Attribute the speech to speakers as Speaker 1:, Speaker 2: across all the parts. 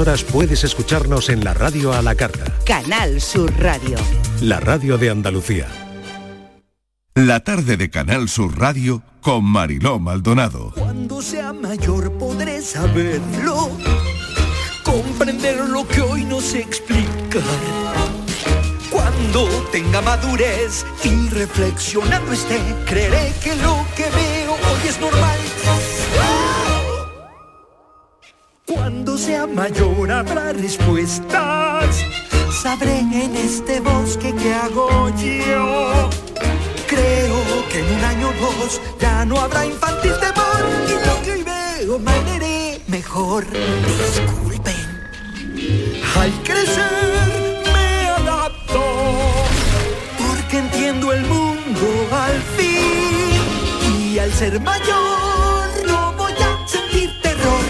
Speaker 1: horas puedes escucharnos en la radio a la carta,
Speaker 2: Canal Sur Radio.
Speaker 1: la radio de Andalucía.
Speaker 3: La tarde de Canal Sur Radio con Mariló Maldonado.
Speaker 4: Cuando sea mayor podré saberlo, comprender lo que hoy no sé explicar. Cuando tenga madurez y reflexionando esté, creeré que lo que veo hoy es normal. Cuando sea mayor habrá respuestas. Sabré en este bosque que hago yo. Creo que en un año o dos ya no habrá infantil temor y lo que hoy veo mandaré mejor. Disculpen. Al crecer me adapto porque entiendo el mundo al fin y al ser mayor no voy a sentir terror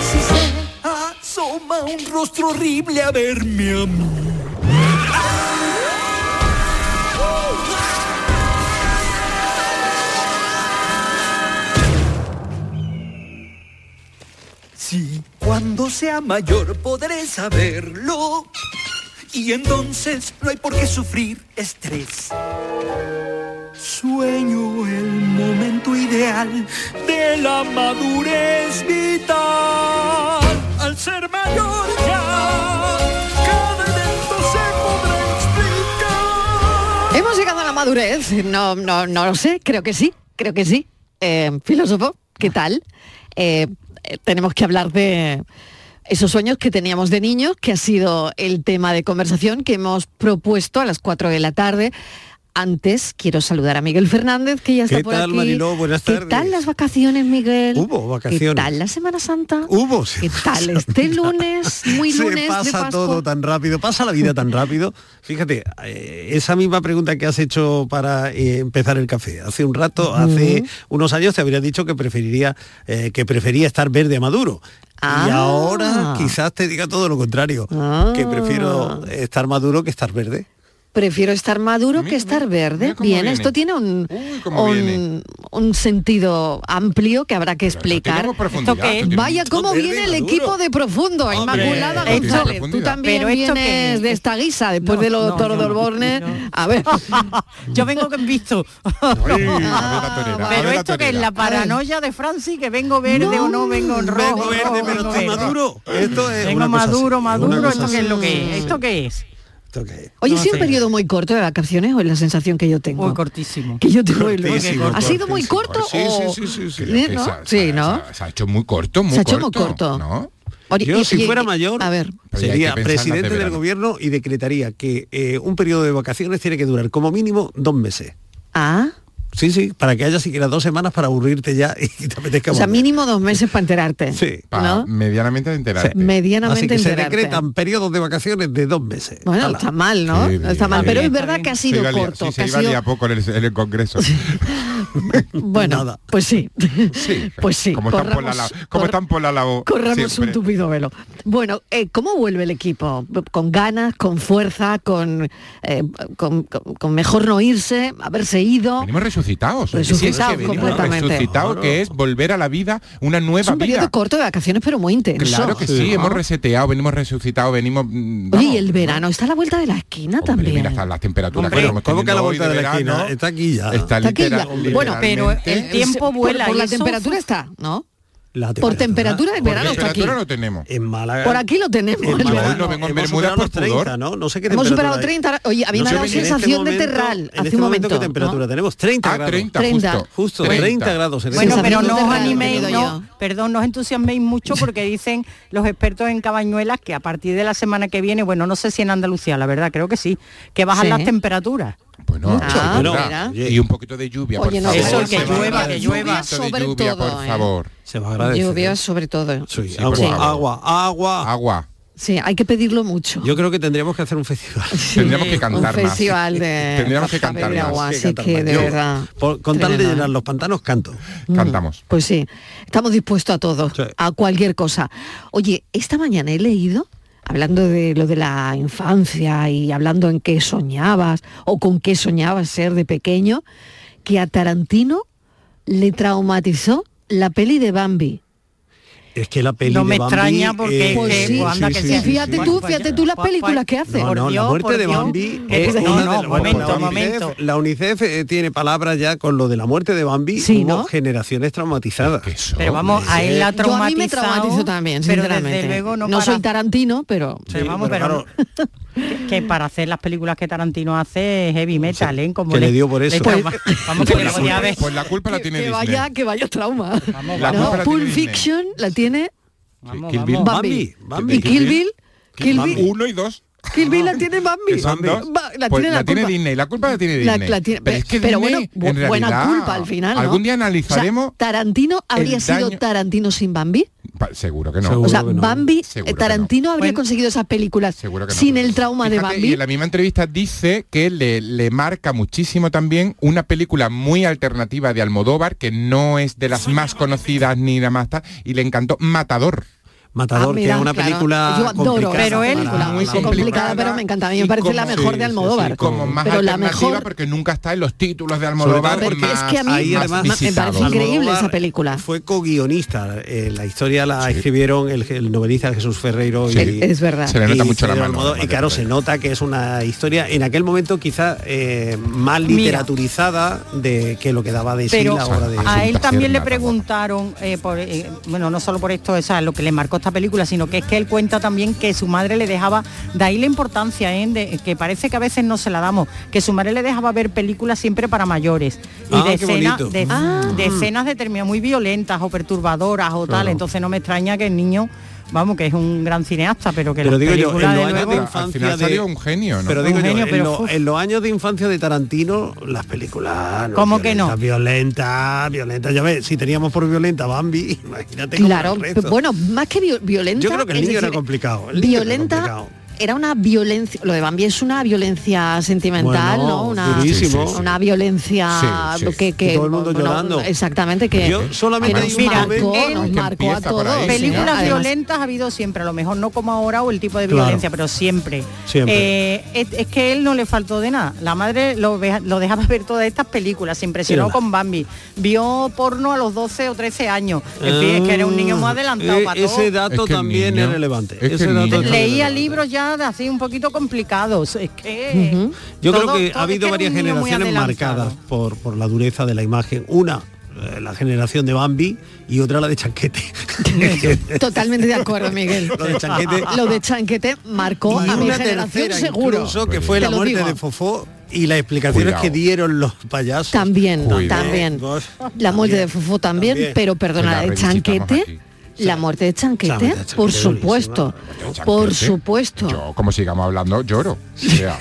Speaker 4: si se asoma un rostro horrible a verme a mí. Sí, cuando sea mayor podré saberlo. Y entonces no hay por qué sufrir estrés. Sueño el momento ideal de la madurez vital. Al ser mayor ya, cada evento se podrá
Speaker 5: Hemos llegado a la madurez, no, no, no lo sé, creo que sí, creo que sí. Eh, filósofo, ¿qué tal? Eh, eh, tenemos que hablar de esos sueños que teníamos de niños, que ha sido el tema de conversación que hemos propuesto a las 4 de la tarde. Antes quiero saludar a Miguel Fernández, que ya está
Speaker 6: ¿Qué
Speaker 5: por
Speaker 6: tal,
Speaker 5: aquí.
Speaker 6: Mariló? Buenas
Speaker 5: ¿Qué
Speaker 6: tardes.
Speaker 5: tal las vacaciones, Miguel?
Speaker 6: Hubo vacaciones.
Speaker 5: ¿Qué tal la Semana Santa?
Speaker 6: Hubo.
Speaker 5: ¿Qué tal este lunes? Muy
Speaker 6: se
Speaker 5: lunes de
Speaker 6: pasa
Speaker 5: Pascua.
Speaker 6: todo tan rápido, pasa la vida tan rápido. Fíjate, eh, esa misma pregunta que has hecho para eh, empezar el café. Hace un rato, hace unos años te habría dicho que preferiría eh, que prefería estar verde a maduro. Y
Speaker 5: Ah.
Speaker 6: ahora quizás te diga todo lo contrario, que prefiero estar maduro que estar verde.
Speaker 5: Prefiero estar maduro que estar verde. Bien,
Speaker 6: viene.
Speaker 5: esto tiene un,
Speaker 6: cómo
Speaker 5: un-
Speaker 6: viene.
Speaker 5: un sentido amplio que habrá que explicar.
Speaker 7: tenemos profundidad, ¿Esto qué esto es? tiene
Speaker 5: Vaya,
Speaker 7: mucho
Speaker 5: cómo
Speaker 7: verde,
Speaker 5: viene el
Speaker 7: maduro.
Speaker 5: equipo de profundo, Inmaculada
Speaker 7: esto tiene
Speaker 5: González. Tú
Speaker 7: profundidad.
Speaker 5: también
Speaker 8: Pero esto
Speaker 5: vienes de esta guisa, después de los toros de Olborne. A ver.
Speaker 8: Yo vengo con visto. Pero
Speaker 9: Ah,
Speaker 5: Pero
Speaker 8: esto que es la paranoia de Franci, que vengo verde o no, vengo en rojo. Vengo verde, pero estoy
Speaker 6: maduro. Esto es
Speaker 8: vengo
Speaker 6: una cosa
Speaker 8: maduro,
Speaker 6: así, una
Speaker 8: maduro,
Speaker 6: cosa
Speaker 8: esto qué es lo
Speaker 6: así.
Speaker 8: que es, esto qué es.
Speaker 5: Oye,
Speaker 8: No
Speaker 5: ha sido
Speaker 8: sé.
Speaker 5: un periodo muy corto de vacaciones o es la sensación que yo tengo.
Speaker 8: Muy cortísimo.
Speaker 5: Que yo tengo el-
Speaker 8: Cortísimo,
Speaker 5: ¿Ha sido muy corto?
Speaker 8: Sí,
Speaker 5: o-
Speaker 8: sí, sí, sí, sí.
Speaker 5: ¿Eh, no?
Speaker 8: Se ha-
Speaker 5: Sí, ¿no?
Speaker 9: Se ha hecho muy corto, muy
Speaker 5: Se ha
Speaker 9: corto.
Speaker 5: hecho muy corto. Eh, Ori-
Speaker 6: Yo,
Speaker 5: y-
Speaker 6: si
Speaker 5: y-
Speaker 6: fuera
Speaker 5: y-
Speaker 6: mayor,
Speaker 5: a ver.
Speaker 9: Pero ya hay
Speaker 6: sería
Speaker 9: que pensar en las de
Speaker 6: presidente del
Speaker 9: verano.
Speaker 6: gobierno y decretaría que eh, un periodo de vacaciones tiene que durar como mínimo dos meses.
Speaker 5: Ah.
Speaker 6: Sí, sí, para que haya siquiera dos semanas para aburrirte ya y te apetezca
Speaker 5: O sea,
Speaker 6: volver.
Speaker 5: mínimo dos meses para enterarte.
Speaker 6: Sí.
Speaker 5: ¿no?
Speaker 9: Medianamente enterarte.
Speaker 5: Medianamente
Speaker 6: Así que se
Speaker 5: enterarte.
Speaker 6: decretan periodos de vacaciones de dos meses.
Speaker 5: Bueno,
Speaker 6: Ala.
Speaker 5: está mal, ¿no?
Speaker 9: Sí,
Speaker 5: No está mal,
Speaker 9: sí,
Speaker 5: pero
Speaker 9: sí.
Speaker 5: es verdad que ha
Speaker 9: Se
Speaker 5: sido
Speaker 9: iba a liar-
Speaker 5: corto.
Speaker 9: sí, se
Speaker 5: que ha
Speaker 9: iba a
Speaker 5: sido-
Speaker 9: liar poco en el, en el Congreso.
Speaker 5: bueno, pues sí. pues sí.
Speaker 9: Como están por la
Speaker 5: corramos-
Speaker 9: lao- como están por la lao
Speaker 5: Corramos
Speaker 9: siempre.
Speaker 5: un tupido velo. Bueno, eh, ¿cómo vuelve el equipo? ¿Con ganas, con fuerza, con, eh, con, con- con mejor no irse, haberse ido?
Speaker 9: Venimos resucitados.
Speaker 5: Resucitados
Speaker 9: Sí, es que venimos
Speaker 5: completamente.
Speaker 9: resucitados, que es volver a la vida, una nueva
Speaker 5: Es un
Speaker 9: vida.
Speaker 5: periodo corto de vacaciones, pero muy intenso.
Speaker 9: Claro que sí,
Speaker 5: ¿no?
Speaker 6: Ah.
Speaker 9: hemos reseteado, venimos resucitados, venimos... mm,
Speaker 5: Oye,
Speaker 9: vamos,
Speaker 5: y el verano está a la vuelta de la esquina también.
Speaker 9: mira, hasta las temperaturas
Speaker 6: Hombre, ¿cómo que a la
Speaker 9: teniendo
Speaker 6: vuelta
Speaker 9: hoy
Speaker 6: de la esquina?
Speaker 9: verano,
Speaker 6: Está aquí ya.
Speaker 5: Está
Speaker 9: Está
Speaker 5: aquí ya.
Speaker 9: literal-
Speaker 5: Bueno, pero
Speaker 9: literalmente-
Speaker 5: el tiempo vuela. Por, la temperatura está, ¿no?
Speaker 6: La
Speaker 5: Por temperatura el
Speaker 6: Por
Speaker 5: verano está aquí.
Speaker 9: temperatura no tenemos.
Speaker 6: En Málaga.
Speaker 5: Por aquí lo tenemos.
Speaker 6: en
Speaker 5: el
Speaker 6: Málaga
Speaker 5: verano.
Speaker 9: no vengo en
Speaker 6: hemos
Speaker 9: Bermuda
Speaker 6: superado
Speaker 9: por
Speaker 6: los
Speaker 9: pudor.
Speaker 6: 30, ¿no? No sé qué
Speaker 5: Hemos
Speaker 6: temperatura
Speaker 5: superado 30. Oye, a mí
Speaker 6: No
Speaker 5: me ha
Speaker 6: sé,
Speaker 5: dado
Speaker 6: en este
Speaker 5: sensación de
Speaker 6: momento-
Speaker 5: terral
Speaker 6: en
Speaker 5: hace
Speaker 6: este
Speaker 5: un
Speaker 6: momento,
Speaker 5: momento.
Speaker 6: ¿Qué temperatura tenemos?
Speaker 9: Ah,
Speaker 6: 30 grados.
Speaker 5: 30.
Speaker 6: Justo, justo 30,
Speaker 9: 30
Speaker 6: grados. en
Speaker 8: Bueno,
Speaker 6: este
Speaker 8: pero no
Speaker 6: momento.
Speaker 8: os
Speaker 5: grado
Speaker 8: animéis,
Speaker 5: tengo
Speaker 8: no, perdón, no os entusiasméis mucho porque dicen los expertos en Cabañuelas que a partir de la semana que viene, bueno, no sé si en Andalucía, la verdad, creo que sí, que bajan
Speaker 5: Sí.
Speaker 8: las temperaturas.
Speaker 6: Pues
Speaker 9: Bueno,
Speaker 5: Ah,
Speaker 9: sí,
Speaker 5: bueno,
Speaker 9: verdad.
Speaker 6: mira.
Speaker 9: y un poquito de lluvia,
Speaker 5: Oye,
Speaker 9: por
Speaker 5: no,
Speaker 9: favor.
Speaker 5: eso, que
Speaker 9: Se va a
Speaker 5: llueva,
Speaker 9: hablar
Speaker 5: que
Speaker 9: un
Speaker 5: llueva.
Speaker 9: poquito de
Speaker 5: Sobre
Speaker 9: lluvia,
Speaker 5: todo,
Speaker 9: por
Speaker 5: ¿eh?
Speaker 9: favor.
Speaker 6: Se va a agradecer.
Speaker 5: Lluvia
Speaker 6: ¿eh?
Speaker 5: sobre todo.
Speaker 6: Sí,
Speaker 9: Sí, por
Speaker 6: agua,
Speaker 9: favor.
Speaker 6: agua, agua.
Speaker 9: Agua.
Speaker 5: Sí, hay que pedirlo mucho.
Speaker 6: Yo creo que tendríamos que hacer un festival.
Speaker 9: Tendríamos que cantar
Speaker 5: Un
Speaker 9: más.
Speaker 5: festival de
Speaker 9: Tendríamos que
Speaker 5: Rafael
Speaker 9: cantar
Speaker 5: de
Speaker 9: más.
Speaker 5: agua,
Speaker 6: que
Speaker 5: así
Speaker 6: cantar
Speaker 5: que
Speaker 6: más.
Speaker 5: de
Speaker 6: Yo,
Speaker 5: verdad.
Speaker 6: Por, con tal de
Speaker 5: Tremendo, ¿eh?
Speaker 6: llenar los pantanos, canto.
Speaker 9: Mm. Cantamos.
Speaker 5: Pues sí, estamos dispuestos a todo,
Speaker 6: Sí.
Speaker 5: a cualquier cosa. Oye, esta mañana he leído, hablando de lo de la infancia y hablando en qué soñabas o con qué soñabas ser de pequeño, que a Tarantino le traumatizó la peli de Bambi.
Speaker 6: Es que la peli
Speaker 8: No
Speaker 6: de
Speaker 8: me
Speaker 6: Bambi,
Speaker 8: extraña Ah, porque
Speaker 6: eh,
Speaker 8: es que,
Speaker 5: sí,
Speaker 8: pues, anda
Speaker 5: sí,
Speaker 8: que
Speaker 5: sí,
Speaker 8: sea.
Speaker 5: sí, fíjate tú, fíjate tú las películas que hace.
Speaker 6: No, no, la
Speaker 8: Dios,
Speaker 6: muerte
Speaker 8: por
Speaker 6: de
Speaker 8: Dios.
Speaker 6: Bambi es
Speaker 8: Pues no,
Speaker 6: una de
Speaker 8: no,
Speaker 6: las- bueno,
Speaker 8: momento,
Speaker 6: la
Speaker 8: momento.
Speaker 6: UNICEF, la UNICEF, eh, tiene palabras ya con lo de la muerte de Bambi
Speaker 5: Sí,
Speaker 6: hubo
Speaker 5: ¿no?
Speaker 6: generaciones traumatizadas.
Speaker 8: Pero vamos, a él la
Speaker 5: Yo a mí me
Speaker 8: traumatizado,
Speaker 5: traumatizo también,
Speaker 8: pero desde
Speaker 5: sinceramente.
Speaker 8: luego no,
Speaker 5: no
Speaker 8: para-
Speaker 5: soy Tarantino, pero
Speaker 8: Pero vamos, pero, que- que para hacer las películas que Tarantino hace es heavy metal, ¿eh? Como
Speaker 6: que le dio por eso.
Speaker 8: trauma- vamos, que
Speaker 9: Pues
Speaker 8: le
Speaker 9: la
Speaker 8: podía
Speaker 9: culpa-
Speaker 8: haber.
Speaker 9: pues la culpa la tiene
Speaker 5: que
Speaker 9: Disney.
Speaker 5: vaya, que vaya trauma.
Speaker 9: la
Speaker 5: No,
Speaker 9: culpa la
Speaker 5: Pulp
Speaker 9: tiene Disney.
Speaker 5: Fiction la tiene
Speaker 8: Vamos,
Speaker 9: Kill Bill.
Speaker 8: vamos.
Speaker 6: Bambi,
Speaker 5: Bambi.
Speaker 6: Bambi.
Speaker 5: Y Kill Bill, Kill
Speaker 6: Bambi.
Speaker 5: Bill,
Speaker 9: Uno y dos.
Speaker 5: Kill Bill la tiene Bambi.
Speaker 9: que son dos,
Speaker 5: Va- La
Speaker 9: pues
Speaker 5: tiene la culpa.
Speaker 9: Disney, la culpa la tiene
Speaker 5: La-
Speaker 9: Disney.
Speaker 5: la tiene-
Speaker 9: pero es que
Speaker 5: pero
Speaker 9: Disney,
Speaker 5: bueno, bu-
Speaker 9: en
Speaker 5: buena
Speaker 9: realidad,
Speaker 5: culpa al final. ¿no?
Speaker 9: Algún día
Speaker 5: O sea,
Speaker 9: analizaremos,
Speaker 5: Tarantino habría
Speaker 9: el
Speaker 5: sido
Speaker 9: daño-
Speaker 5: Tarantino sin Bambi.
Speaker 9: pa- seguro que no.
Speaker 5: O
Speaker 6: Seguro.
Speaker 5: sea,
Speaker 6: que no.
Speaker 5: Bambi,
Speaker 9: Seguro
Speaker 5: eh,
Speaker 9: que
Speaker 5: Tarantino habría
Speaker 8: Bueno,
Speaker 5: conseguido esas películas
Speaker 9: Seguro que no.
Speaker 5: sin el trauma de
Speaker 9: Fíjate,
Speaker 5: Bambi.
Speaker 9: Y en la misma entrevista dice que le, le marca muchísimo también una película muy alternativa de Almodóvar, que no es de las más conocidas ni la más tal, y le encantó Matador.
Speaker 5: Ah,
Speaker 6: Matador, que
Speaker 5: mira,
Speaker 6: es una
Speaker 5: claro.
Speaker 6: película
Speaker 5: Yo adoro
Speaker 6: complicada
Speaker 5: esa
Speaker 8: Pero él-
Speaker 5: película,
Speaker 6: para-
Speaker 5: muy
Speaker 6: para-
Speaker 5: complicada, pero me encanta. A mí me
Speaker 9: y
Speaker 5: parece la mejor de Almodóvar.
Speaker 9: como más
Speaker 5: Pero la
Speaker 9: alternativa
Speaker 5: mejor-
Speaker 9: porque nunca está en los títulos de Almodóvar.
Speaker 5: todo porque es
Speaker 9: más-
Speaker 5: que a mí
Speaker 9: más
Speaker 5: Ahí, además, me
Speaker 9: visitados.
Speaker 5: parece increíble esa película.
Speaker 6: Fue co-guionista. eh, la historia la escribieron el, el novelista Jesús Ferreiro
Speaker 9: Sí.
Speaker 6: y,
Speaker 5: Es verdad.
Speaker 9: Se le nota
Speaker 6: y
Speaker 9: mucho la
Speaker 6: Pedro
Speaker 9: mano.
Speaker 6: Almodóvar. Y claro, se nota que es una historia en aquel momento quizá eh, más
Speaker 8: Mira.
Speaker 6: literaturizada de que lo que daba de sí
Speaker 8: pero
Speaker 6: la obra de
Speaker 8: a él
Speaker 9: Asunta
Speaker 8: también le
Speaker 9: Serna,
Speaker 8: preguntaron eh, por, eh, bueno no solo por esto o sea, lo que le marcó esta película sino que es que él cuenta también que su madre le dejaba de ahí la importancia ¿eh? de- que parece que a veces no se la damos que su madre le dejaba ver películas siempre para mayores y
Speaker 6: Ah,
Speaker 8: de,
Speaker 6: qué
Speaker 8: escena-
Speaker 6: bonito. Ah.
Speaker 8: de- de escenas determinadas muy violentas o perturbadoras o tal entonces no me extraña que el niño vamos que es un gran cineasta pero que
Speaker 6: Pero
Speaker 8: las
Speaker 6: digo yo, en
Speaker 8: películas,
Speaker 6: los
Speaker 8: de
Speaker 6: años
Speaker 8: luego,
Speaker 6: de
Speaker 9: Pero al final
Speaker 6: infancia
Speaker 9: salió
Speaker 6: de-
Speaker 9: un genio, ¿no?
Speaker 6: Pero digo
Speaker 8: Un
Speaker 6: yo,
Speaker 8: genio,
Speaker 6: en,
Speaker 8: pero,
Speaker 6: lo-
Speaker 8: uf.
Speaker 6: en los años de infancia de Tarantino, las películas...
Speaker 8: ¿Cómo que no?
Speaker 6: Violenta, violenta. Ya ves, si teníamos por violenta Bambi, imagínate cómo
Speaker 5: Claro,
Speaker 6: era el resto.
Speaker 5: bueno, más que viol- violenta.
Speaker 6: Yo creo que el
Speaker 5: es
Speaker 6: niño era complicado, el niño era
Speaker 5: violenta.
Speaker 6: complicado.
Speaker 5: Era una violencia, lo de Bambi es una violencia sentimental,
Speaker 6: Bueno,
Speaker 5: ¿no? Una,
Speaker 6: durísimo. Sí, sí, sí.
Speaker 5: una violencia
Speaker 9: Sí, sí.
Speaker 5: que, que-
Speaker 6: Todo el mundo llorando.
Speaker 5: Exactamente, que,
Speaker 6: Yo solamente
Speaker 5: que
Speaker 6: hay
Speaker 5: nos
Speaker 6: un
Speaker 5: marcó,
Speaker 8: momento-
Speaker 5: nos
Speaker 8: Es que
Speaker 5: marcó a
Speaker 9: empieza por
Speaker 5: todos.
Speaker 9: ahí, sí,
Speaker 8: Películas
Speaker 5: Además,
Speaker 8: violentas ha habido siempre, a lo mejor no como ahora o el tipo de
Speaker 6: Claro.
Speaker 8: violencia, pero siempre.
Speaker 6: Siempre.
Speaker 8: Eh, es, es que él no le faltó de nada. La madre lo, ve- lo dejaba ver todas estas películas, se impresionó
Speaker 6: Mírala.
Speaker 8: con Bambi. Vio porno a los 12 o 13 años. En fin, es que era un
Speaker 9: Ah.
Speaker 8: niño muy adelantado
Speaker 6: Eh,
Speaker 8: para todo.
Speaker 6: Ese dato
Speaker 9: Es que el
Speaker 6: también
Speaker 9: niño-
Speaker 6: es relevante.
Speaker 9: es que
Speaker 6: Ese
Speaker 9: el
Speaker 6: dato
Speaker 9: niño-
Speaker 6: es
Speaker 8: Leía
Speaker 6: relevante.
Speaker 8: libros ya de así un poquito complicados. Es que
Speaker 6: Yo
Speaker 8: todo-
Speaker 6: creo que
Speaker 8: todo-
Speaker 6: ha
Speaker 8: es
Speaker 6: habido
Speaker 8: era
Speaker 6: varias
Speaker 8: un niño muy
Speaker 6: generaciones
Speaker 8: adelantado.
Speaker 6: marcadas por, por la dureza de la imagen. Una, eh, la generación de Bambi y otra la de Chanquete.
Speaker 5: Totalmente de acuerdo, Miguel.
Speaker 6: Lo de Chanquete.
Speaker 5: Lo de Chanquete
Speaker 6: y
Speaker 5: marcó a mi
Speaker 6: una
Speaker 5: generación
Speaker 6: tercera
Speaker 5: seguro.
Speaker 6: incluso, que fue
Speaker 5: Te
Speaker 6: la
Speaker 5: lo
Speaker 6: muerte
Speaker 5: digo.
Speaker 6: de Fofó y las explicaciones
Speaker 9: Pues Cuidado.
Speaker 6: que dieron los payasos.
Speaker 5: También,
Speaker 9: Cuidado.
Speaker 5: también.
Speaker 6: Vos-
Speaker 5: La muerte de
Speaker 6: también,
Speaker 5: Fofo también,
Speaker 6: también.
Speaker 5: pero perdona,
Speaker 9: La
Speaker 5: de
Speaker 9: revisitamos
Speaker 5: Chanquete.
Speaker 9: aquí.
Speaker 5: La muerte
Speaker 6: La muerte
Speaker 5: de Chanquete,
Speaker 6: de Chanquete,
Speaker 5: por
Speaker 6: buenísima.
Speaker 5: supuesto.
Speaker 9: Chanquete.
Speaker 5: Por supuesto.
Speaker 9: Yo, como sigamos hablando, lloro. O sea,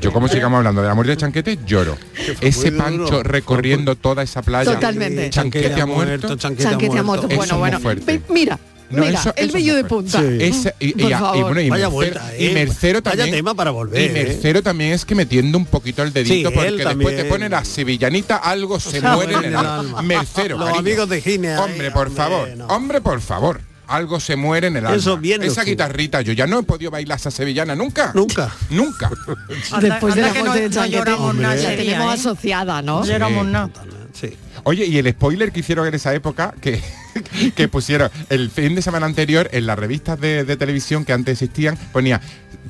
Speaker 9: yo, como sigamos hablando de la muerte de Chanquete, lloro. Ese
Speaker 6: muy duro.
Speaker 9: pancho recorriendo toda esa playa.
Speaker 5: Totalmente.
Speaker 9: Chanquete ha muerto.
Speaker 5: Chanquete ha muerto.
Speaker 9: Eso
Speaker 5: Bueno,
Speaker 9: muy
Speaker 5: bueno.
Speaker 9: fuerte.
Speaker 5: Ve- Mira,
Speaker 9: No,
Speaker 5: mira,
Speaker 9: eso-
Speaker 5: el
Speaker 9: eso
Speaker 5: vello
Speaker 9: muy
Speaker 5: de
Speaker 9: fuerte.
Speaker 5: punta.
Speaker 6: Sí.
Speaker 9: Ese- y, y-
Speaker 5: Por
Speaker 9: y- y
Speaker 5: favor.
Speaker 9: bueno, y
Speaker 6: Vaya
Speaker 9: Mercero-
Speaker 6: vuelta, ¿eh?
Speaker 9: y Mercero
Speaker 6: Vaya
Speaker 9: también.
Speaker 6: tema para volver, eh.
Speaker 9: Y Mercero también es que metiendo un poquito el dedito
Speaker 6: Sí,
Speaker 9: porque
Speaker 6: él
Speaker 9: después te
Speaker 6: también.
Speaker 9: pone la sevillanita, algo se
Speaker 6: sea,
Speaker 9: muere en el alma. Mercero.
Speaker 6: Los
Speaker 9: cariño.
Speaker 6: amigos de eh, Gine.
Speaker 9: Hombre, por favor. Hombre, por favor. Algo se muere en el alma.
Speaker 6: Eso bien lo
Speaker 9: Esa
Speaker 6: sé.
Speaker 9: guitarrita, yo ya no he podido bailar esa sevillana nunca.
Speaker 6: Nunca.
Speaker 9: Nunca.
Speaker 8: Anda-
Speaker 5: Después de
Speaker 8: anda
Speaker 5: la
Speaker 8: que no-
Speaker 5: muerte de
Speaker 8: no
Speaker 5: Chanquete,
Speaker 8: lloramos
Speaker 5: la
Speaker 8: nada ese día,
Speaker 5: tenemos
Speaker 8: ¿eh?
Speaker 5: asociada, ¿no?
Speaker 8: No éramos nada.
Speaker 6: Sí.
Speaker 9: Oye, y el spoiler que hicieron en esa época, que, que pusieron el fin de semana anterior en las revistas de, de televisión que antes existían, ponía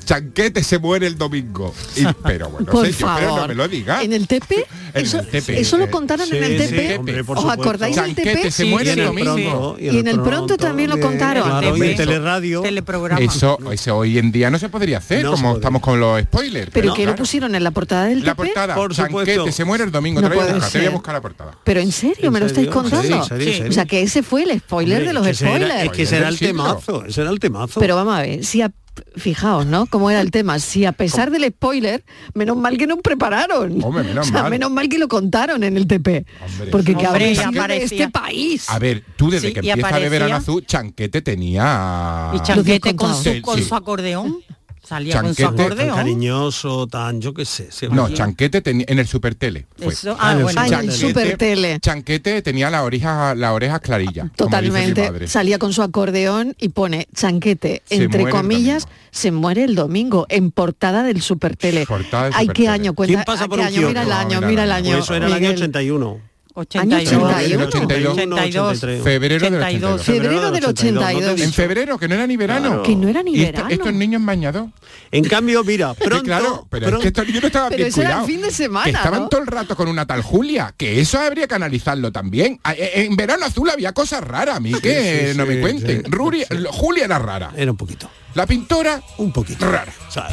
Speaker 9: Chanquete se muere el domingo. Y- pero bueno,
Speaker 5: Por
Speaker 9: sé yo,
Speaker 5: favor.
Speaker 9: pero no me lo digas.
Speaker 5: En el Tepe,
Speaker 9: En
Speaker 5: eso,
Speaker 9: el Tepe.
Speaker 5: eso lo contaron en el
Speaker 9: Sí, sí,
Speaker 5: Tepe.
Speaker 9: hombre, por
Speaker 5: ¿Os
Speaker 6: supuesto.
Speaker 5: acordáis del Tepe?
Speaker 9: Chanquete se muere
Speaker 8: sí,
Speaker 9: el
Speaker 8: sí,
Speaker 9: domingo.
Speaker 5: Y en el pronto también lo contaron.
Speaker 6: Claro, y
Speaker 8: Tepe.
Speaker 6: en Teleradio.
Speaker 8: Teleprograma.
Speaker 9: Eso, eso hoy en día no se podría hacer,
Speaker 6: No se
Speaker 9: como
Speaker 6: podría.
Speaker 9: estamos con los spoilers.
Speaker 5: Pero que lo
Speaker 9: claro.
Speaker 5: pusieron en la portada del
Speaker 9: La
Speaker 5: Tepe.
Speaker 9: portada,
Speaker 6: Por
Speaker 9: Chanquete
Speaker 6: supuesto.
Speaker 9: se muere el domingo.
Speaker 5: No
Speaker 9: te, la voy a
Speaker 5: puede
Speaker 9: buscar, te voy a
Speaker 5: ser.
Speaker 9: buscar la portada.
Speaker 5: Pero en serio,
Speaker 6: ¿En
Speaker 5: me lo estáis
Speaker 6: serio? ¿En serio?
Speaker 5: contando.
Speaker 6: ¿En serio? ¿En
Speaker 5: O
Speaker 6: serio?
Speaker 5: sea que ese fue el spoiler de los
Speaker 6: Que ese era-
Speaker 5: spoilers.
Speaker 6: Es que será el
Speaker 9: Spoiler del siglo.
Speaker 6: temazo, ese era el temazo.
Speaker 5: Pero vamos a ver, si a- fijaos, ¿no? Cómo era el tema. Si a pesar del spoiler, menos mal que nos prepararon.
Speaker 9: Hombre, menos
Speaker 5: O sea,
Speaker 9: mal.
Speaker 5: menos mal que lo contaron en el TP.
Speaker 9: Hombre.
Speaker 5: Porque que
Speaker 8: Hombre,
Speaker 5: habrá
Speaker 8: y
Speaker 5: sido de
Speaker 8: aparecía.
Speaker 5: este país.
Speaker 9: A ver, tú desde
Speaker 8: Sí,
Speaker 9: que
Speaker 8: y
Speaker 9: empieza a beber
Speaker 8: aparecía-
Speaker 9: azul, Chanquete tenía...
Speaker 8: Y
Speaker 5: Lo había
Speaker 8: Chanquete con
Speaker 5: contado.
Speaker 8: su, con
Speaker 9: Sí.
Speaker 8: su acordeón. Salía con su
Speaker 9: Chanquete,
Speaker 6: tan
Speaker 8: acordeón.
Speaker 6: cariñoso, tan yo qué sé. sí,
Speaker 9: No,
Speaker 6: hombre.
Speaker 9: Chanquete tenía en el Supertele. fue.
Speaker 8: Eso,
Speaker 6: Ah,
Speaker 8: ah,
Speaker 6: en el
Speaker 8: bueno,
Speaker 5: Ay,
Speaker 6: Chanquete.
Speaker 5: el super tele.
Speaker 9: Chanquete tenía la oreja, la oreja clarilla.
Speaker 5: Totalmente. Salía con su acordeón y pone chanquete,
Speaker 9: Se
Speaker 5: entre
Speaker 9: muere el
Speaker 5: comillas,
Speaker 9: domingo.
Speaker 5: se muere el domingo en portada del Supertele.
Speaker 9: Portada del
Speaker 5: Ay, qué
Speaker 9: Supertele.
Speaker 5: año cuenta.
Speaker 6: ¿Quién pasa
Speaker 5: ¿a
Speaker 6: por
Speaker 5: qué
Speaker 6: un
Speaker 5: año? Mira el
Speaker 9: kiosco?
Speaker 5: año,
Speaker 9: Mira,
Speaker 5: mira el
Speaker 9: mira.
Speaker 5: año.
Speaker 6: Pues eso era el año
Speaker 5: Miguel.
Speaker 6: 81.
Speaker 8: 82.
Speaker 9: En
Speaker 5: 81.
Speaker 9: 82.
Speaker 8: 82.
Speaker 9: Febrero del
Speaker 8: 82.
Speaker 9: 82.
Speaker 5: Febrero del 82.
Speaker 9: En febrero, que no era ni verano.
Speaker 5: Que no era ni
Speaker 9: Y esto-
Speaker 5: verano.
Speaker 9: estos niños mañados.
Speaker 6: En cambio, mira,
Speaker 9: Es que
Speaker 6: pronto,
Speaker 9: claro, pero
Speaker 6: pronto-
Speaker 9: es que estos niños no estaban
Speaker 5: Pero
Speaker 9: bien
Speaker 5: eso era el
Speaker 9: cuidados.
Speaker 5: fin de semana,
Speaker 9: Que estaban
Speaker 5: ¿no?
Speaker 9: todo el rato con una tal Julia, que eso habría que analizarlo también. A- e- En verano azul había cosas raras, a mí que
Speaker 6: Sí, sí,
Speaker 9: no
Speaker 6: sí,
Speaker 9: me cuenten.
Speaker 6: sí.
Speaker 9: Ruri- Julia era rara.
Speaker 6: era un poquito,
Speaker 9: La pintora,
Speaker 6: un poquito.
Speaker 9: Rara.
Speaker 6: O sea,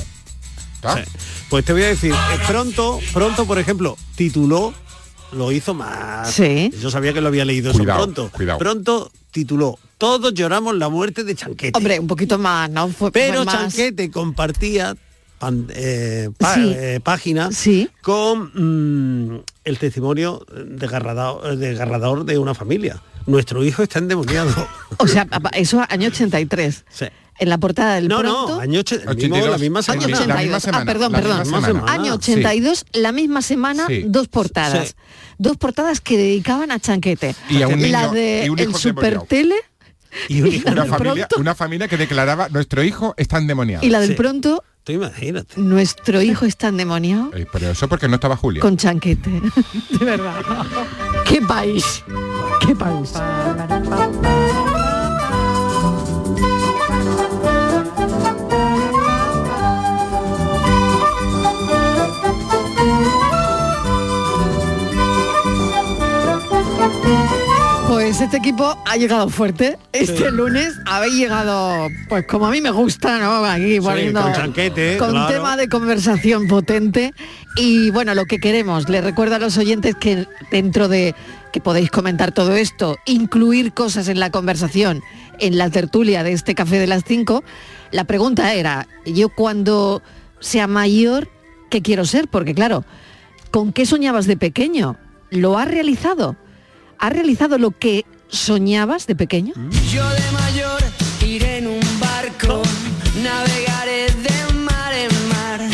Speaker 9: ¿tá?
Speaker 6: Sí. Pues te voy a decir, eh, pronto, pronto, por ejemplo, tituló, lo hizo más.
Speaker 5: Sí.
Speaker 6: Yo sabía que lo había leído eso
Speaker 9: Cuidado,
Speaker 6: pronto.
Speaker 9: cuidado.
Speaker 6: Pronto tituló, todos lloramos la muerte de Chanquete.
Speaker 5: Hombre, un poquito más, ¿no? Fue-
Speaker 6: Pero
Speaker 5: fue más-
Speaker 6: Chanquete compartía pan- eh, pa-
Speaker 5: Sí.
Speaker 6: eh, página
Speaker 5: Sí.
Speaker 6: con mm, el testimonio desgarrador, desgarrador de una familia. Nuestro hijo está endemoniado.
Speaker 5: O sea, pa- pa- eso año 83.
Speaker 6: Sí.
Speaker 5: En la portada del
Speaker 6: no,
Speaker 5: pronto.
Speaker 6: no, año och- el mismo-
Speaker 9: 82,
Speaker 6: la misma
Speaker 5: Año
Speaker 9: la
Speaker 6: semana.
Speaker 5: 82.
Speaker 9: misma
Speaker 5: ah,
Speaker 9: semana,
Speaker 5: perdón,
Speaker 9: la
Speaker 5: perdón.
Speaker 9: misma semana.
Speaker 5: Año
Speaker 6: Ah,
Speaker 5: 82, la misma semana,
Speaker 9: Sí.
Speaker 5: dos portadas.
Speaker 6: Sí.
Speaker 5: Dos portadas que dedicaban a Chanquete.
Speaker 9: Y a un niño-
Speaker 5: la de
Speaker 9: y un
Speaker 5: el
Speaker 9: hijo endemoniado.
Speaker 5: Supertele
Speaker 6: Y un hijo-
Speaker 9: Una
Speaker 5: de
Speaker 9: familia,
Speaker 5: pronto-
Speaker 9: una familia que declaraba nuestro hijo está endemoniado.
Speaker 5: y la del
Speaker 6: Sí.
Speaker 5: pronto,
Speaker 6: Tú imagínate.
Speaker 5: nuestro hijo está endemoniado
Speaker 9: Eh, Pero eso porque no estaba Julia.
Speaker 5: con Chanquete. De verdad. Qué país. Qué país. Pues este equipo ha llegado fuerte. Este lunes habéis llegado, pues como a mí me gusta, ¿no? Aquí poniendo
Speaker 6: con chanquete,
Speaker 5: con
Speaker 6: claro.
Speaker 5: tema de conversación potente. Y bueno, lo que queremos, les recuerdo a los oyentes que dentro de que podéis comentar todo esto, incluir cosas en la conversación, en la tertulia de este café de las 5, la pregunta era, yo cuando sea mayor, ¿qué quiero ser? Porque claro, ¿con qué soñabas de pequeño? ¿Lo has realizado? ¿Has realizado lo que soñabas de pequeño?
Speaker 2: Yo de mayor iré en un barco, navegaré de mar en mar,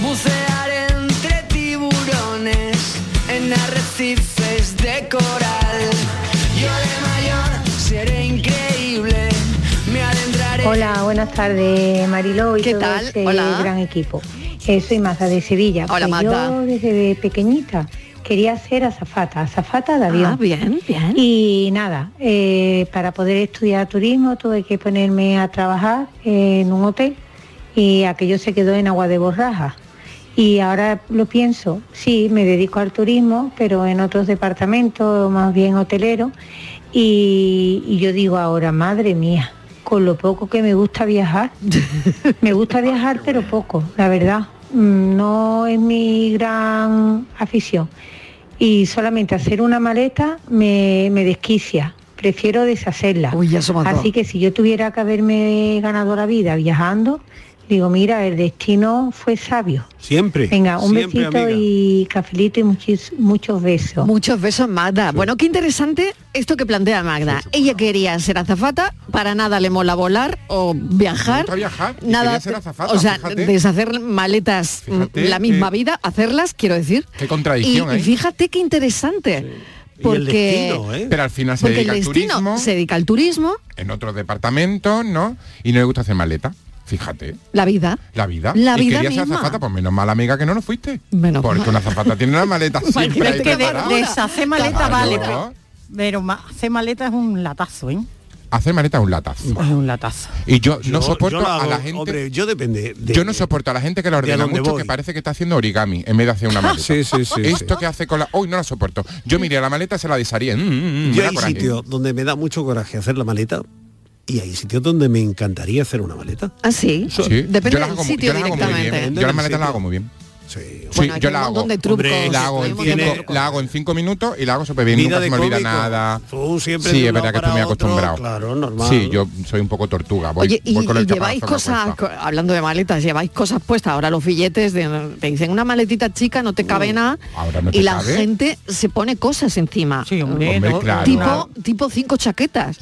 Speaker 2: bucearé entre tiburones en arrecifes de coral. Yo de mayor seré increíble, me adentraré.
Speaker 7: Hola, buenas tardes Mariló y
Speaker 5: ¿Qué
Speaker 7: todo
Speaker 5: tal?
Speaker 7: este
Speaker 5: Hola.
Speaker 7: gran equipo. Eh, soy Maza de Sevilla.
Speaker 5: Hola,
Speaker 7: Pues
Speaker 5: Magda.
Speaker 7: Yo desde pequeñita quería ser azafata, azafata de avión.
Speaker 5: Ah, bien, bien.
Speaker 7: Y nada, eh, para poder estudiar turismo tuve que ponerme a trabajar en un hotel y aquello se quedó en agua de borraja. Y ahora lo pienso, sí, me dedico al turismo, pero en otros departamentos, más bien hotelero, y, y yo digo ahora, madre mía, con lo poco que me gusta viajar, me gusta viajar, pero poco, la verdad. Mm, No es mi gran afición. Y solamente hacer una maleta me, me desquicia. Prefiero deshacerla.
Speaker 5: Uy, ya somos dos.
Speaker 7: Así que si yo tuviera que haberme ganado la vida viajando, digo, mira, el destino fue sabio.
Speaker 6: Siempre.
Speaker 7: Venga, un
Speaker 6: siempre,
Speaker 7: besito
Speaker 6: amiga.
Speaker 7: y cafelito y muchis- muchos besos.
Speaker 5: Muchos besos, Magda. Bueno, qué interesante esto que plantea Magda. Ella quería ser azafata, para nada le mola volar o viajar.
Speaker 9: gusta viajar y
Speaker 5: nada,
Speaker 9: quería ser azafata,
Speaker 5: o sea,
Speaker 9: fíjate.
Speaker 5: deshacer maletas mm,
Speaker 9: Fíjate
Speaker 5: la misma
Speaker 9: que-
Speaker 5: vida, hacerlas, quiero decir.
Speaker 9: Qué contradicción,
Speaker 5: Y, y
Speaker 9: ¿eh?
Speaker 5: fíjate qué interesante.
Speaker 6: Y el
Speaker 5: Porque,
Speaker 6: destino, ¿eh?
Speaker 9: Pero al final se
Speaker 5: porque el
Speaker 9: dedica al
Speaker 5: destino
Speaker 9: turismo,
Speaker 5: se dedica al turismo,
Speaker 9: en otros departamentos, ¿no? Y no le gusta hacer maleta. Fíjate.
Speaker 5: la vida.
Speaker 9: La vida.
Speaker 5: La
Speaker 9: y
Speaker 5: vida
Speaker 9: querías ser
Speaker 5: misma.
Speaker 9: azafata, pues menos mala amiga que no lo fuiste.
Speaker 5: Menos
Speaker 9: Porque
Speaker 5: mal.
Speaker 9: una azafata tiene una maleta siempre ahí
Speaker 5: Imagínate que de-
Speaker 9: preparada.
Speaker 5: de-
Speaker 8: Deshacer maleta
Speaker 9: Claro.
Speaker 8: vale, pero, pero ma- hacer maleta es un latazo, ¿eh?
Speaker 9: Hacer maleta es un latazo.
Speaker 8: Es un latazo.
Speaker 9: Y yo,
Speaker 6: Yo-
Speaker 9: no soporto
Speaker 6: yo lo
Speaker 9: a
Speaker 6: hago,
Speaker 9: la gente.
Speaker 6: hombre, yo depende. de-
Speaker 9: yo no soporto a la gente que
Speaker 6: de a
Speaker 9: la ordena
Speaker 6: dónde
Speaker 9: mucho
Speaker 6: voy.
Speaker 9: que parece que está haciendo origami en vez de hacer una maleta.
Speaker 6: Sí, sí, sí,
Speaker 9: Esto
Speaker 6: sí.
Speaker 9: que hace con la. Hoy no la soporto. Yo miré la maleta se la desharía. Mm, mm, mm, me
Speaker 6: Yo
Speaker 9: da
Speaker 6: hay
Speaker 9: coraje.
Speaker 6: sitios donde me da mucho coraje hacer la maleta y hay sitios donde me encantaría hacer una maleta.
Speaker 5: Así.
Speaker 9: Sí.
Speaker 5: Depende
Speaker 9: Yo las
Speaker 5: del
Speaker 9: hago mu-
Speaker 5: sitio
Speaker 9: yo las hago muy bien.
Speaker 5: directamente.
Speaker 9: Yo las maletas las hago muy bien.
Speaker 6: Sí.
Speaker 9: Sí,
Speaker 5: aquí
Speaker 9: yo
Speaker 5: hay
Speaker 9: la
Speaker 5: un
Speaker 9: hago.
Speaker 5: montón de trucos.
Speaker 6: Hombre,
Speaker 9: la hago,
Speaker 5: hay
Speaker 9: en
Speaker 5: un montón de
Speaker 6: tiene-
Speaker 9: cinco,
Speaker 5: trucos.
Speaker 9: la hago en cinco minutos y la hago súper bien, nunca
Speaker 6: de
Speaker 9: se me olvida
Speaker 6: cómico.
Speaker 9: nada.
Speaker 6: Tú siempre
Speaker 9: sí,
Speaker 6: de
Speaker 9: es
Speaker 6: un
Speaker 9: verdad que
Speaker 6: lado
Speaker 9: estoy muy
Speaker 6: para otro,
Speaker 9: acostumbrado.
Speaker 6: claro, normal.
Speaker 9: Sí, yo soy un poco tortuga. Voy,
Speaker 5: Oye, y,
Speaker 9: voy con
Speaker 5: y
Speaker 9: el
Speaker 5: lleváis
Speaker 9: caparazón
Speaker 5: cosas,
Speaker 9: acuestado.
Speaker 5: co- hablando de maletas, lleváis cosas puestas, ahora los billetes, de, te dicen una maletita chica, no te cabe nada,
Speaker 9: Uh, ahora no
Speaker 5: y
Speaker 9: te
Speaker 5: la
Speaker 9: cabe.
Speaker 5: gente se pone cosas encima.
Speaker 8: Sí, hombre,
Speaker 9: Hombre,
Speaker 8: no-
Speaker 9: claro.
Speaker 5: Tipo,
Speaker 8: no-
Speaker 5: tipo cinco chaquetas.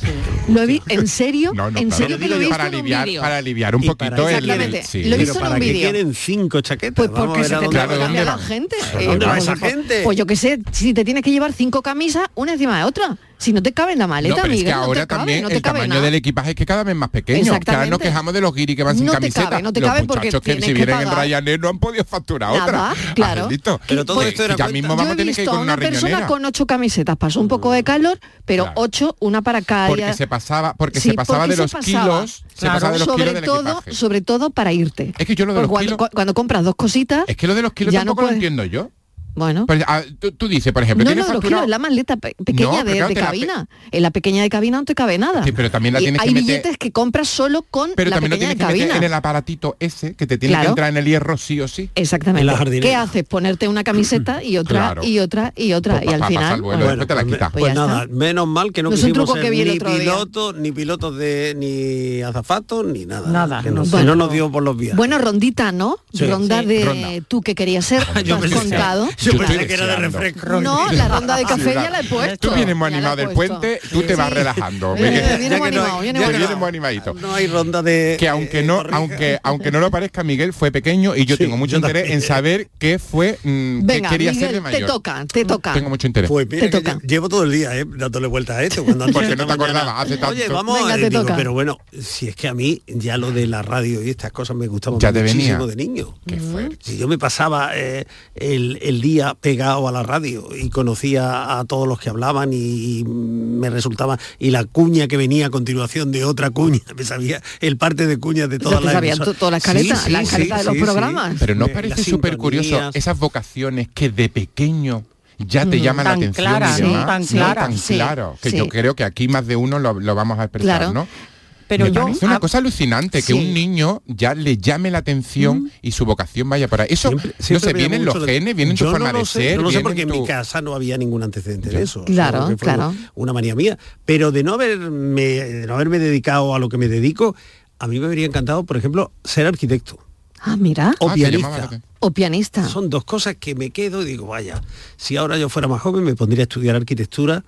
Speaker 5: Lo he vi- en serio,
Speaker 9: No, no,
Speaker 5: en
Speaker 9: claro.
Speaker 5: serio que lo he visto
Speaker 9: para
Speaker 5: en un
Speaker 9: aliviar,
Speaker 5: vídeo.
Speaker 9: para aliviar un
Speaker 6: Y para
Speaker 9: poquito el,
Speaker 5: Exactamente.
Speaker 9: el- sí.
Speaker 5: Lo he
Speaker 6: Pero
Speaker 5: visto en
Speaker 6: para
Speaker 5: un
Speaker 6: que
Speaker 5: vídeo.
Speaker 6: tienen cinco chaquetas.
Speaker 5: Pues
Speaker 6: Vamos a
Speaker 5: porque
Speaker 6: ver
Speaker 5: se
Speaker 6: a
Speaker 5: tendrá
Speaker 6: dónde
Speaker 9: Claro,
Speaker 5: que
Speaker 6: va.
Speaker 9: ¿dónde
Speaker 5: cambiar la
Speaker 9: van?
Speaker 5: gente.
Speaker 6: ¿Dónde va
Speaker 5: vamos,
Speaker 6: esa
Speaker 5: pues-
Speaker 6: gente?
Speaker 5: Pues yo que sé, si te tienes que llevar cinco camisas, una encima de otra. Si no te cabe en la maleta,
Speaker 9: no, pero
Speaker 5: Miguel,
Speaker 9: es que ahora
Speaker 5: no te cabe,
Speaker 9: también
Speaker 5: no te
Speaker 9: el
Speaker 5: cabe
Speaker 9: tamaño
Speaker 5: nada.
Speaker 9: del equipaje es que cada vez más pequeño.
Speaker 5: Exactamente.
Speaker 9: Que ahora nos quejamos de los guiris que van sin
Speaker 5: No te
Speaker 9: camiseta.
Speaker 5: cabe, no te
Speaker 9: los
Speaker 5: cabe porque
Speaker 9: muchachos que
Speaker 5: tienes
Speaker 9: si
Speaker 5: que
Speaker 9: vienen en
Speaker 5: pagar.
Speaker 9: Ryanair no han podido facturar
Speaker 5: Nada,
Speaker 9: otra.
Speaker 5: claro.
Speaker 9: Angelito,
Speaker 6: Pero todo
Speaker 9: que-
Speaker 6: esto era
Speaker 9: que Pues, ya
Speaker 6: cuenta.
Speaker 9: mismo vamos
Speaker 5: Yo
Speaker 9: a
Speaker 5: he
Speaker 9: tener que ir
Speaker 5: visto
Speaker 9: con
Speaker 5: a
Speaker 9: una
Speaker 5: una persona
Speaker 9: riñonera.
Speaker 5: con ocho camisetas, pasó un poco de calor, pero
Speaker 9: Claro.
Speaker 5: ocho, una para cada
Speaker 9: Porque
Speaker 5: día.
Speaker 9: se pasaba, porque
Speaker 5: Sí,
Speaker 9: se pasaba
Speaker 5: porque
Speaker 9: de
Speaker 5: se
Speaker 9: los
Speaker 5: pasaba.
Speaker 9: kilos, se
Speaker 8: Claro.
Speaker 9: pasaba de los
Speaker 5: sobre
Speaker 9: kilos del
Speaker 5: todo,
Speaker 9: equipaje.
Speaker 5: sobre todo para irte.
Speaker 9: Es que yo lo de
Speaker 5: Porque
Speaker 9: los
Speaker 5: cuando,
Speaker 9: kilos-
Speaker 5: cu- cuando compras dos cositas,
Speaker 9: Es que lo de los kilos
Speaker 5: Ya no
Speaker 9: tampoco
Speaker 5: puedes.
Speaker 9: lo entiendo yo.
Speaker 5: bueno.
Speaker 9: Pero, ah, tú, tú dices, por ejemplo,
Speaker 5: no,
Speaker 9: tienes
Speaker 5: no, los
Speaker 9: facturado-
Speaker 5: kilos, la maleta pe- pequeña
Speaker 9: pero
Speaker 5: de,
Speaker 9: claro,
Speaker 5: de
Speaker 9: te la pe-
Speaker 5: cabina. En la pequeña de cabina no te cabe nada.
Speaker 9: Sí, pero también la
Speaker 5: Y
Speaker 9: tienes que
Speaker 5: hay
Speaker 9: meter-
Speaker 5: billetes que compras solo con
Speaker 9: Pero
Speaker 5: la
Speaker 9: también lo
Speaker 5: pequeña
Speaker 9: tienes
Speaker 5: de
Speaker 9: que meter
Speaker 5: cabina.
Speaker 9: en el aparatito ese que te tiene que
Speaker 5: Claro.
Speaker 9: entrar en el hierro sí o sí.
Speaker 6: En la
Speaker 5: Exactamente.
Speaker 6: jardinera.
Speaker 5: ¿Qué haces? Ponerte una camiseta y otra
Speaker 9: Claro.
Speaker 5: y otra y otra.
Speaker 9: Pues
Speaker 5: y
Speaker 9: pa-
Speaker 5: al
Speaker 9: pa- pasar
Speaker 5: final,
Speaker 9: el vuelo,
Speaker 5: bueno,
Speaker 9: después te la
Speaker 6: pues,
Speaker 9: quitas.
Speaker 5: Pues ya
Speaker 6: nada,
Speaker 5: está.
Speaker 6: menos mal que no,
Speaker 5: No es un
Speaker 6: quisimos
Speaker 5: truco
Speaker 6: ser
Speaker 5: que vi el
Speaker 6: ni
Speaker 5: otro día.
Speaker 6: pilotos, ni pilotos de ni azafatos, ni nada.
Speaker 8: Nada.
Speaker 6: Que no, no
Speaker 5: Bueno.
Speaker 6: nos dio por los vías.
Speaker 5: bueno, rondita, ¿no?
Speaker 6: Sí.
Speaker 5: ronda
Speaker 8: Sí.
Speaker 5: de
Speaker 9: Ronda. Ah,
Speaker 5: tú que querías ser, lo has contado.
Speaker 6: Yo
Speaker 9: Yo
Speaker 6: pensé
Speaker 9: estoy
Speaker 6: que era de
Speaker 9: deseando.
Speaker 6: refresco.
Speaker 5: No, la ronda de café ya la he puesto.
Speaker 9: Tú vienes
Speaker 5: Ya
Speaker 9: muy
Speaker 5: la he
Speaker 9: animado del
Speaker 5: puesto.
Speaker 9: puente, tú te vas
Speaker 5: Sí.
Speaker 9: relajando.
Speaker 5: Viene-
Speaker 9: Miguel.
Speaker 5: viene muy
Speaker 6: que no
Speaker 5: animado,
Speaker 6: hay-
Speaker 5: viene
Speaker 6: ya
Speaker 5: muy
Speaker 9: Te
Speaker 6: que
Speaker 5: animado.
Speaker 9: vienes muy animadito.
Speaker 6: No hay ronda de
Speaker 9: que aunque no
Speaker 6: corrija.
Speaker 9: aunque aunque no lo parezca Miguel fue pequeño y yo
Speaker 6: Sí,
Speaker 9: tengo mucho
Speaker 6: yo
Speaker 9: interés
Speaker 6: también.
Speaker 9: en saber qué fue mm, qué
Speaker 5: Venga,
Speaker 9: quería
Speaker 5: Miguel,
Speaker 9: ser de mayor Mm,
Speaker 5: te toca, te toca.
Speaker 9: tengo mucho interés
Speaker 6: Pues mira
Speaker 5: Te
Speaker 6: que
Speaker 5: toca.
Speaker 6: lle- llevo todo el día eh, dándole vueltas a esto. Cuando antes
Speaker 9: Porque
Speaker 6: esta
Speaker 9: no te
Speaker 6: mañana,
Speaker 9: acordabas, hace
Speaker 6: Oye,
Speaker 9: tanto".
Speaker 6: vamos,
Speaker 5: Venga,
Speaker 6: eh,
Speaker 5: te
Speaker 6: digo,
Speaker 5: toca.
Speaker 6: pero bueno, si es que a mí ya lo de la radio y estas cosas me gustaban
Speaker 9: Ya te
Speaker 6: muchísimo
Speaker 9: venía.
Speaker 6: de niño.
Speaker 9: Qué fuerte.
Speaker 6: Si yo me pasaba eh, el, el día pegado a la radio y conocía a todos los que hablaban y, y me resultaba y la cuña que venía a continuación de otra cuña, me sabía el parte de cuñas de
Speaker 5: sea,
Speaker 6: todas
Speaker 5: te
Speaker 6: las
Speaker 5: sabías
Speaker 6: emisoras.
Speaker 5: tú toda la escaleta, la escaleta de los programas.
Speaker 9: pero no
Speaker 6: Eh,
Speaker 9: parece
Speaker 6: las
Speaker 9: súper curioso
Speaker 6: sintonías.
Speaker 9: esas vocaciones que de pequeño ya te
Speaker 8: tan
Speaker 9: llaman la atención
Speaker 8: claras,
Speaker 9: y
Speaker 5: ¿no?
Speaker 9: demás,
Speaker 8: tan
Speaker 9: ¿no?
Speaker 8: claras,
Speaker 9: tan
Speaker 5: sí,
Speaker 9: claro que
Speaker 5: sí.
Speaker 9: yo creo que aquí más de uno lo, lo vamos a expresar
Speaker 5: Claro.
Speaker 9: no
Speaker 8: Pero
Speaker 9: Me
Speaker 8: yo
Speaker 9: parece una
Speaker 8: ah,
Speaker 9: cosa alucinante
Speaker 5: Sí.
Speaker 9: que un niño ya le llame la atención y su vocación vaya para eso
Speaker 6: Siempre-
Speaker 9: no
Speaker 6: siempre
Speaker 9: sé
Speaker 6: me
Speaker 9: vienen
Speaker 6: llamó
Speaker 9: los
Speaker 6: mucho la-
Speaker 9: genes vienen tu
Speaker 6: Yo no
Speaker 9: forma
Speaker 6: lo
Speaker 9: de
Speaker 6: sé,
Speaker 9: ser
Speaker 6: Yo no sé
Speaker 9: vienen
Speaker 6: porque en mi
Speaker 9: tu-
Speaker 6: casa no había ningún antecedente
Speaker 9: Ya.
Speaker 6: de eso.
Speaker 5: Claro,
Speaker 6: solo que fue
Speaker 5: claro.
Speaker 6: Una manía mía. Pero de no, haberme, de no haberme dedicado a lo que me dedico, a mí me habría encantado, por ejemplo, ser arquitecto
Speaker 5: Ah, mira.
Speaker 6: o
Speaker 9: Ah, te llamaba la
Speaker 6: pianista.
Speaker 9: atención.
Speaker 5: O pianista.
Speaker 6: Son dos cosas que me quedo y digo, vaya, si ahora yo fuera más joven me pondría a estudiar arquitectura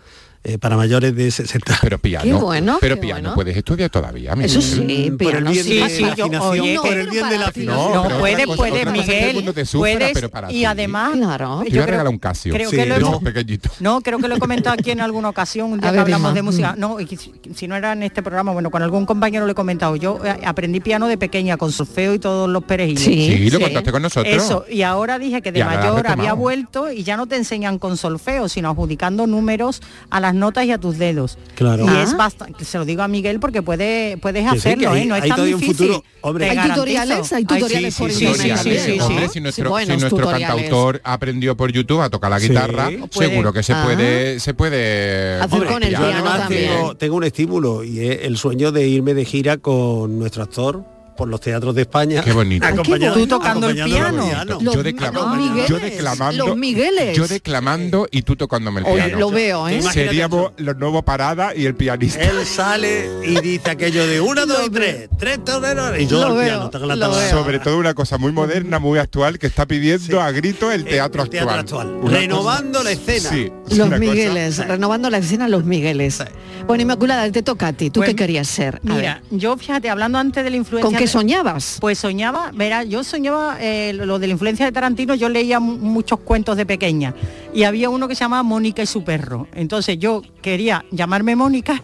Speaker 6: eh, para mayores de 60.
Speaker 9: pero piano
Speaker 5: Qué bueno,
Speaker 9: pero
Speaker 5: qué
Speaker 9: piano
Speaker 5: bueno.
Speaker 9: puedes estudiar todavía Miguel.
Speaker 5: Eso sí,
Speaker 6: Por
Speaker 5: piano
Speaker 6: el bien
Speaker 5: sí.
Speaker 6: de la
Speaker 8: Sí, sí, yo-
Speaker 6: imaginación,
Speaker 8: oye,
Speaker 6: por
Speaker 8: que-
Speaker 6: el bien de la
Speaker 5: No,
Speaker 6: fila.
Speaker 9: No,
Speaker 8: No,
Speaker 9: pero
Speaker 8: puedes,
Speaker 9: otra cosa-
Speaker 8: puedes,
Speaker 9: otra cosa es que el
Speaker 8: Miguel.
Speaker 9: mundo te sufra,
Speaker 8: puedes,
Speaker 9: pero para ti.
Speaker 8: y además,
Speaker 5: Claro.
Speaker 9: Te
Speaker 8: yo
Speaker 9: voy a
Speaker 8: creo-
Speaker 9: regalar un Casio.
Speaker 8: Creo
Speaker 9: Sí,
Speaker 8: que lo
Speaker 9: de
Speaker 8: hemos-
Speaker 9: esos pequeñitos.
Speaker 8: No, creo que lo he comentado aquí en alguna ocasión, un día
Speaker 5: A
Speaker 8: que
Speaker 5: ver,
Speaker 8: hablamos
Speaker 5: Inma.
Speaker 8: de música.
Speaker 6: Mm.
Speaker 8: No, y que si, si no era en este programa, bueno, con algún compañero lo he comentado. Yo eh, aprendí piano de pequeña, con solfeo y todos los perejiles.
Speaker 5: Sí,
Speaker 9: Sí, lo
Speaker 5: sí.
Speaker 9: contaste con nosotros.
Speaker 8: Eso, y ahora dije que de
Speaker 9: Y ahora la has
Speaker 8: mayor había
Speaker 9: retomado.
Speaker 8: vuelto y ya no te enseñan con solfeo, sino adjudicando números a las notas y a tus dedos.
Speaker 6: Claro.
Speaker 8: Y
Speaker 5: Ah.
Speaker 8: es bastante, se lo digo a Miguel porque puede, puedes
Speaker 6: sí,
Speaker 8: hacerlo,
Speaker 6: que hay-
Speaker 8: ¿eh? no es
Speaker 6: hay
Speaker 8: tan
Speaker 6: todavía un
Speaker 8: difícil.
Speaker 6: futuro, hombre.
Speaker 8: te
Speaker 5: Hay
Speaker 8: garantizo.
Speaker 5: tutoriales, hay
Speaker 8: Ay,
Speaker 5: tutoriales por
Speaker 8: sí,
Speaker 5: internet
Speaker 8: sí, sí,
Speaker 5: también,
Speaker 8: sí,
Speaker 5: ¿no?
Speaker 9: Hombre,
Speaker 8: sí.
Speaker 9: si nuestro,
Speaker 5: buenos
Speaker 9: si nuestro
Speaker 5: tutoriales.
Speaker 9: cantautor aprendió por YouTube a tocar la
Speaker 6: Sí.
Speaker 9: guitarra,
Speaker 8: Puede.
Speaker 9: seguro que se
Speaker 5: Ah.
Speaker 9: puede, Eh, se puede
Speaker 5: Hacer con el
Speaker 6: yo
Speaker 5: piano
Speaker 6: además
Speaker 5: también.
Speaker 6: tengo, tengo un estímulo y es el sueño de irme de gira con nuestro actor por los teatros de España.
Speaker 9: Qué bonito.
Speaker 5: Ah, qué
Speaker 6: Acompañado-
Speaker 5: bonito. Tú
Speaker 8: tocando el
Speaker 6: acompañándolo
Speaker 8: piano.
Speaker 6: al
Speaker 5: Los-
Speaker 9: yo declamando,
Speaker 5: los Migueles,
Speaker 9: yo declamando,
Speaker 5: los Migueles.
Speaker 9: yo declamando y tú tocándome el
Speaker 5: Oye,
Speaker 9: piano.
Speaker 5: lo veo, ¿eh?
Speaker 6: Imagínate
Speaker 9: Seríamos
Speaker 6: eso.
Speaker 9: los nuevos Parada y el pianista.
Speaker 6: Él sale y dice aquello de una, dos y tres, tres toreros. Y yo
Speaker 5: Lo
Speaker 6: al
Speaker 5: veo,
Speaker 6: piano, toca la
Speaker 5: lo
Speaker 6: tabla.
Speaker 5: veo.
Speaker 9: Sobre todo una cosa muy moderna, muy actual, que está pidiendo a grito el teatro
Speaker 6: Eh, El
Speaker 9: actual.
Speaker 6: teatro actual.
Speaker 9: Una
Speaker 6: Renovando la escena.
Speaker 9: Sí, es
Speaker 5: Los
Speaker 9: una cosa-
Speaker 5: Migueles, renovando la escena Los Migueles. Bueno, Inmaculada, te toca a ti. ¿Tú
Speaker 8: Pues,
Speaker 5: qué querías ser? A
Speaker 8: Mira,
Speaker 5: ver,
Speaker 8: yo fíjate, hablando antes de la influencia...
Speaker 5: ¿Con qué
Speaker 8: de-
Speaker 5: soñabas?
Speaker 8: Pues soñaba, verá, yo soñaba eh, lo de la influencia de Tarantino, yo leía mu- muchos cuentos de pequeña y había uno que se llamaba Mónica y su perro. Entonces yo quería llamarme Mónica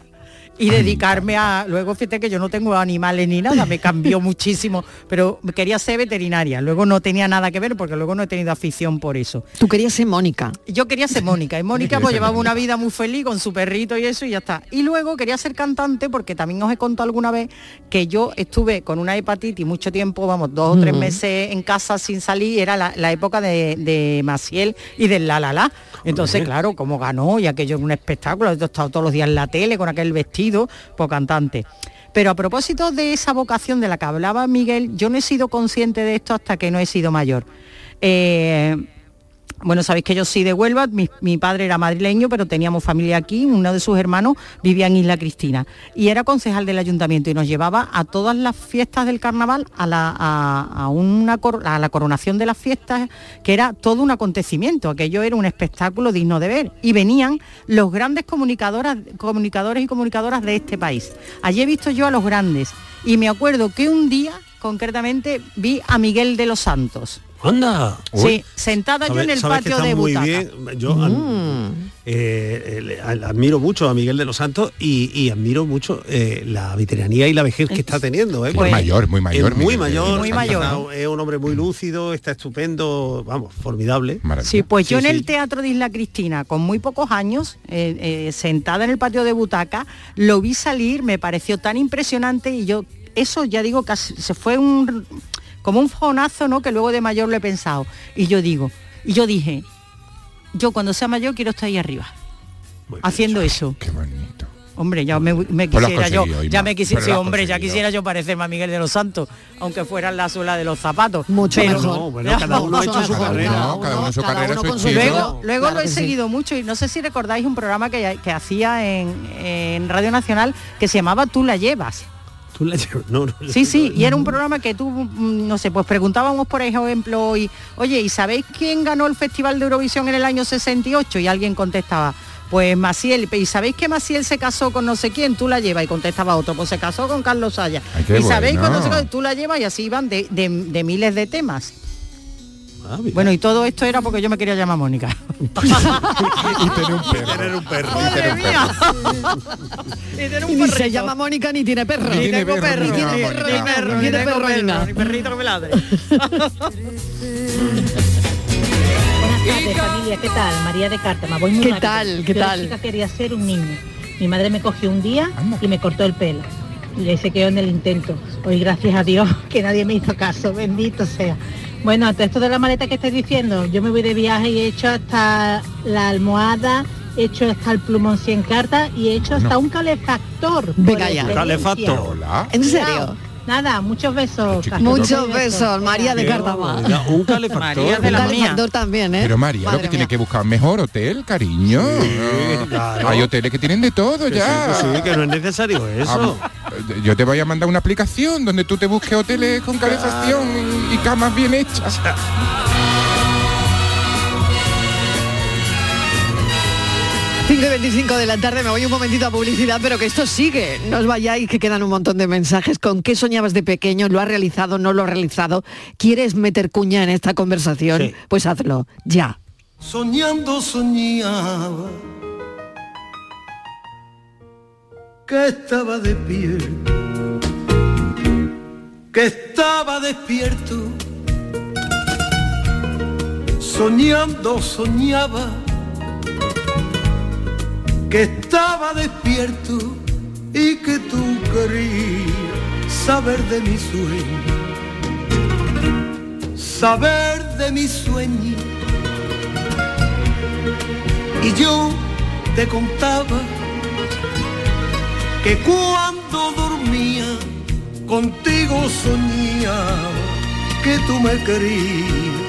Speaker 8: y dedicarme a luego fíjate que yo no tengo animales ni nada, me cambió muchísimo, pero quería ser veterinaria. Luego no tenía nada que ver porque luego no he tenido afición por eso.
Speaker 5: Tú querías ser Mónica.
Speaker 8: Yo quería ser Mónica y Mónica
Speaker 9: Quería
Speaker 8: pues
Speaker 9: ser
Speaker 8: llevaba
Speaker 9: Mónica.
Speaker 8: una vida muy feliz con su perrito y eso y ya está. Y luego quería ser cantante porque también os he contado alguna vez que yo estuve con una hepatitis mucho tiempo, vamos, dos o tres meses en casa sin salir, era la, la época de, de Maciel y del La La La. Entonces, claro, como ganó y aquello era un espectáculo, yo he estado todos los días en la tele con aquel vestido por cantante. Pero a propósito de esa vocación de la que hablaba Miguel, yo no he sido consciente de esto hasta que no he sido mayor. Eh, bueno, sabéis que yo soy de Huelva, mi, mi padre era madrileño, pero teníamos familia aquí, uno de sus hermanos vivía en Isla Cristina y era concejal del ayuntamiento y nos llevaba a todas las fiestas del carnaval, a la, a- a una, cor- a la coronación de las fiestas, que era todo un acontecimiento, aquello era un espectáculo digno de ver y venían los grandes comunicadoras, comunicadores y comunicadoras de este país. Allí he visto yo a los grandes y me acuerdo que un día concretamente vi a Miguel de los Santos
Speaker 6: ¡Anda!
Speaker 8: Sí, sentada yo
Speaker 6: Sabe-
Speaker 8: en el
Speaker 6: sabes que
Speaker 8: patio
Speaker 6: está
Speaker 8: de
Speaker 6: muy
Speaker 8: butaca. Mm.
Speaker 6: bien. Yo ad- eh, eh, le- al- admiro mucho a Miguel de los Santos y, y admiro mucho eh, la veteranía y la vejez que está teniendo. ¿eh?
Speaker 9: Muy mayor, muy mayor,
Speaker 6: Es muy
Speaker 9: Miguel de
Speaker 6: mayor.
Speaker 9: los
Speaker 8: Muy
Speaker 9: Santos.
Speaker 8: mayor.
Speaker 6: Es un hombre muy lúcido, está estupendo, vamos, formidable.
Speaker 9: Maravilla.
Speaker 8: Sí, pues yo
Speaker 6: Sí,
Speaker 8: en
Speaker 6: sí.
Speaker 8: el Teatro de Isla Cristina, con muy pocos años, eh, eh, sentada en el patio de butaca, lo vi salir, me pareció tan impresionante y yo, eso ya digo, casi, se fue un como un fonazo, ¿no? Que luego de mayor lo he pensado. Y yo digo, y yo dije, yo cuando sea mayor quiero estar ahí arriba,
Speaker 6: Muy bien.
Speaker 8: haciendo eso.
Speaker 9: Qué bonito.
Speaker 8: Hombre, ya me, me
Speaker 9: Pues lo has
Speaker 8: quisiera yo,
Speaker 9: conseguido, Inma,
Speaker 8: ya me quisiera,
Speaker 9: pero lo has
Speaker 8: hombre, ya
Speaker 9: conseguido.
Speaker 8: quisiera yo parecerme a Miguel de los Santos, aunque fuera en la suela de los zapatos.
Speaker 5: Mucho
Speaker 8: pero-
Speaker 5: mejor.
Speaker 6: No, bueno, cada uno ha hecho su
Speaker 9: Cada
Speaker 6: carrera.
Speaker 9: uno, cada uno su
Speaker 5: cada
Speaker 9: carrera,
Speaker 5: uno
Speaker 9: su
Speaker 5: con su Claro,
Speaker 9: estilo.
Speaker 8: Luego, luego
Speaker 5: claro
Speaker 8: lo he
Speaker 5: que sí.
Speaker 8: seguido mucho y no sé si recordáis un programa que, que hacía en, en Radio Nacional que se llamaba Tú la llevas.
Speaker 6: Tú la llevas- no, no,
Speaker 8: Sí, sí,
Speaker 6: no,
Speaker 8: y era un programa que tú, mm, no sé, pues preguntábamos, por ejemplo, hoy, oye, ¿y sabéis quién ganó el Festival de Eurovisión en el año 68? Y alguien contestaba, pues Maciel, ¿y sabéis que Maciel se casó con no sé quién? Tú la llevas. Y contestaba otro, pues se casó con Carlos Saya.
Speaker 9: Ay, qué
Speaker 8: ¿Y sabéis
Speaker 9: bueno.
Speaker 8: cuando se casó? Tú la llevas y así iban de, de- de miles de temas.
Speaker 6: ah, mira.
Speaker 8: Bueno, y todo esto era porque yo me quería llamar Mónica.
Speaker 9: Y tener un perro.
Speaker 6: Tener un perro.
Speaker 8: ¡Madre mía! y tiene
Speaker 5: Y
Speaker 8: un
Speaker 5: ni se
Speaker 8: perrito.
Speaker 5: llama Mónica ni tiene perro.
Speaker 9: Ni tiene
Speaker 8: Tengo
Speaker 9: perro,
Speaker 8: perro,
Speaker 9: ni
Speaker 8: ni
Speaker 9: tiene
Speaker 8: perro, ni
Speaker 9: perro,
Speaker 8: perro,
Speaker 5: ni
Speaker 8: ni
Speaker 5: tiene
Speaker 8: tengo
Speaker 5: perro, ni nada.
Speaker 8: perro, ni perrito que me ladre.
Speaker 10: Buenas tardes, familia. ¿Qué tal? María de Cártama. Voy muy
Speaker 5: ¿Qué
Speaker 10: rápido.
Speaker 5: tal? ¿Qué
Speaker 10: Yo de
Speaker 5: tal?
Speaker 10: chica quería ser un niño. Mi madre me cogió un día
Speaker 9: Anda.
Speaker 10: y me cortó el pelo. Y ahí se quedó en el intento. Hoy gracias a Dios que nadie me hizo caso. Bendito sea. Bueno, a todo esto de la maleta que estáis diciendo, yo me voy de viaje y he hecho hasta la almohada, he hecho hasta el plumón 100 cartas y he hecho hasta un calefactor. por
Speaker 5: Venga ya.
Speaker 10: experiencia.
Speaker 6: Calefactor.
Speaker 9: Hola.
Speaker 5: ¿En
Speaker 10: Cuidado.
Speaker 5: serio?
Speaker 10: Nada, muchos besos.
Speaker 9: Chiquito,
Speaker 10: Castro.
Speaker 5: Muchos besos, María de
Speaker 6: Qué
Speaker 5: Cártama.
Speaker 6: barbaridad, Un calefactor.
Speaker 8: María de la
Speaker 5: Un
Speaker 8: mía.
Speaker 5: calefactor también, ¿eh?
Speaker 9: Pero María, lo
Speaker 5: Madre
Speaker 9: que tiene
Speaker 5: mía.
Speaker 9: que buscar mejor hotel, cariño.
Speaker 6: claro.
Speaker 9: Hay hoteles que tienen de todo
Speaker 6: Que sí,
Speaker 9: ya.
Speaker 6: que sí, que no es necesario eso.
Speaker 9: Ah, Yo te voy a mandar una aplicación donde tú te busques hoteles con calefacción y, y camas bien hechas.
Speaker 5: Cinco y 25 de la tarde, me voy un momentito a publicidad, pero que esto sigue. No os vayáis, que quedan un montón de mensajes. ¿Con qué soñabas de pequeño? ¿Lo has realizado? ¿No lo has realizado? ¿Quieres meter cuña en esta conversación?
Speaker 6: Sí.
Speaker 5: Pues hazlo, ya.
Speaker 11: Soñando soñaba que estaba despierto, que estaba despierto. Soñando soñaba que estaba despierto y que tú querías saber de mi sueño, saber de mi sueño y yo te contaba que cuando dormía contigo soñaba que tú me querías.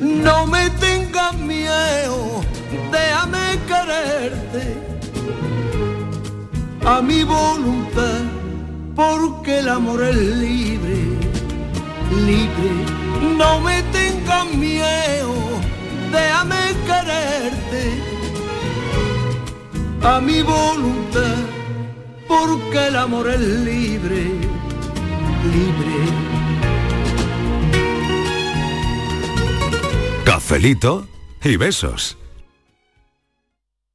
Speaker 11: No me tengas miedo, déjame quererte a mi voluntad, porque el amor es libre libre. No me tengas miedo, déjame quererte a mi voluntad, porque el amor es libre, libre.
Speaker 12: Cafelito y besos.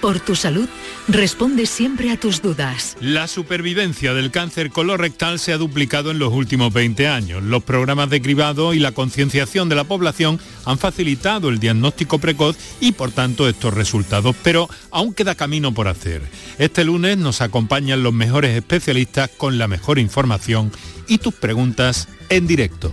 Speaker 13: por tu salud, responde siempre a tus dudas.
Speaker 14: La supervivencia del cáncer colorectal se ha duplicado en los últimos 20 años. Los programas de cribado y la concienciación de la población han facilitado el diagnóstico precoz y por tanto estos resultados, pero aún queda camino por hacer. Este lunes nos acompañan los mejores especialistas con la mejor información y tus preguntas en directo.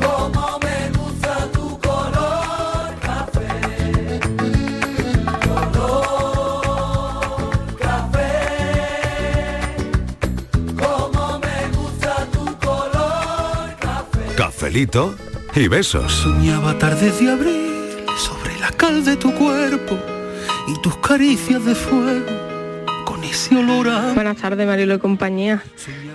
Speaker 2: Como me gusta tu color café, color café. Como me gusta tu color café.
Speaker 1: Cafelito y besos.
Speaker 4: Soñaba tardes de abril sobre la cal de tu cuerpo y tus caricias de fuego con ese olor a...
Speaker 15: Buenas tardes, Marilo y compañía.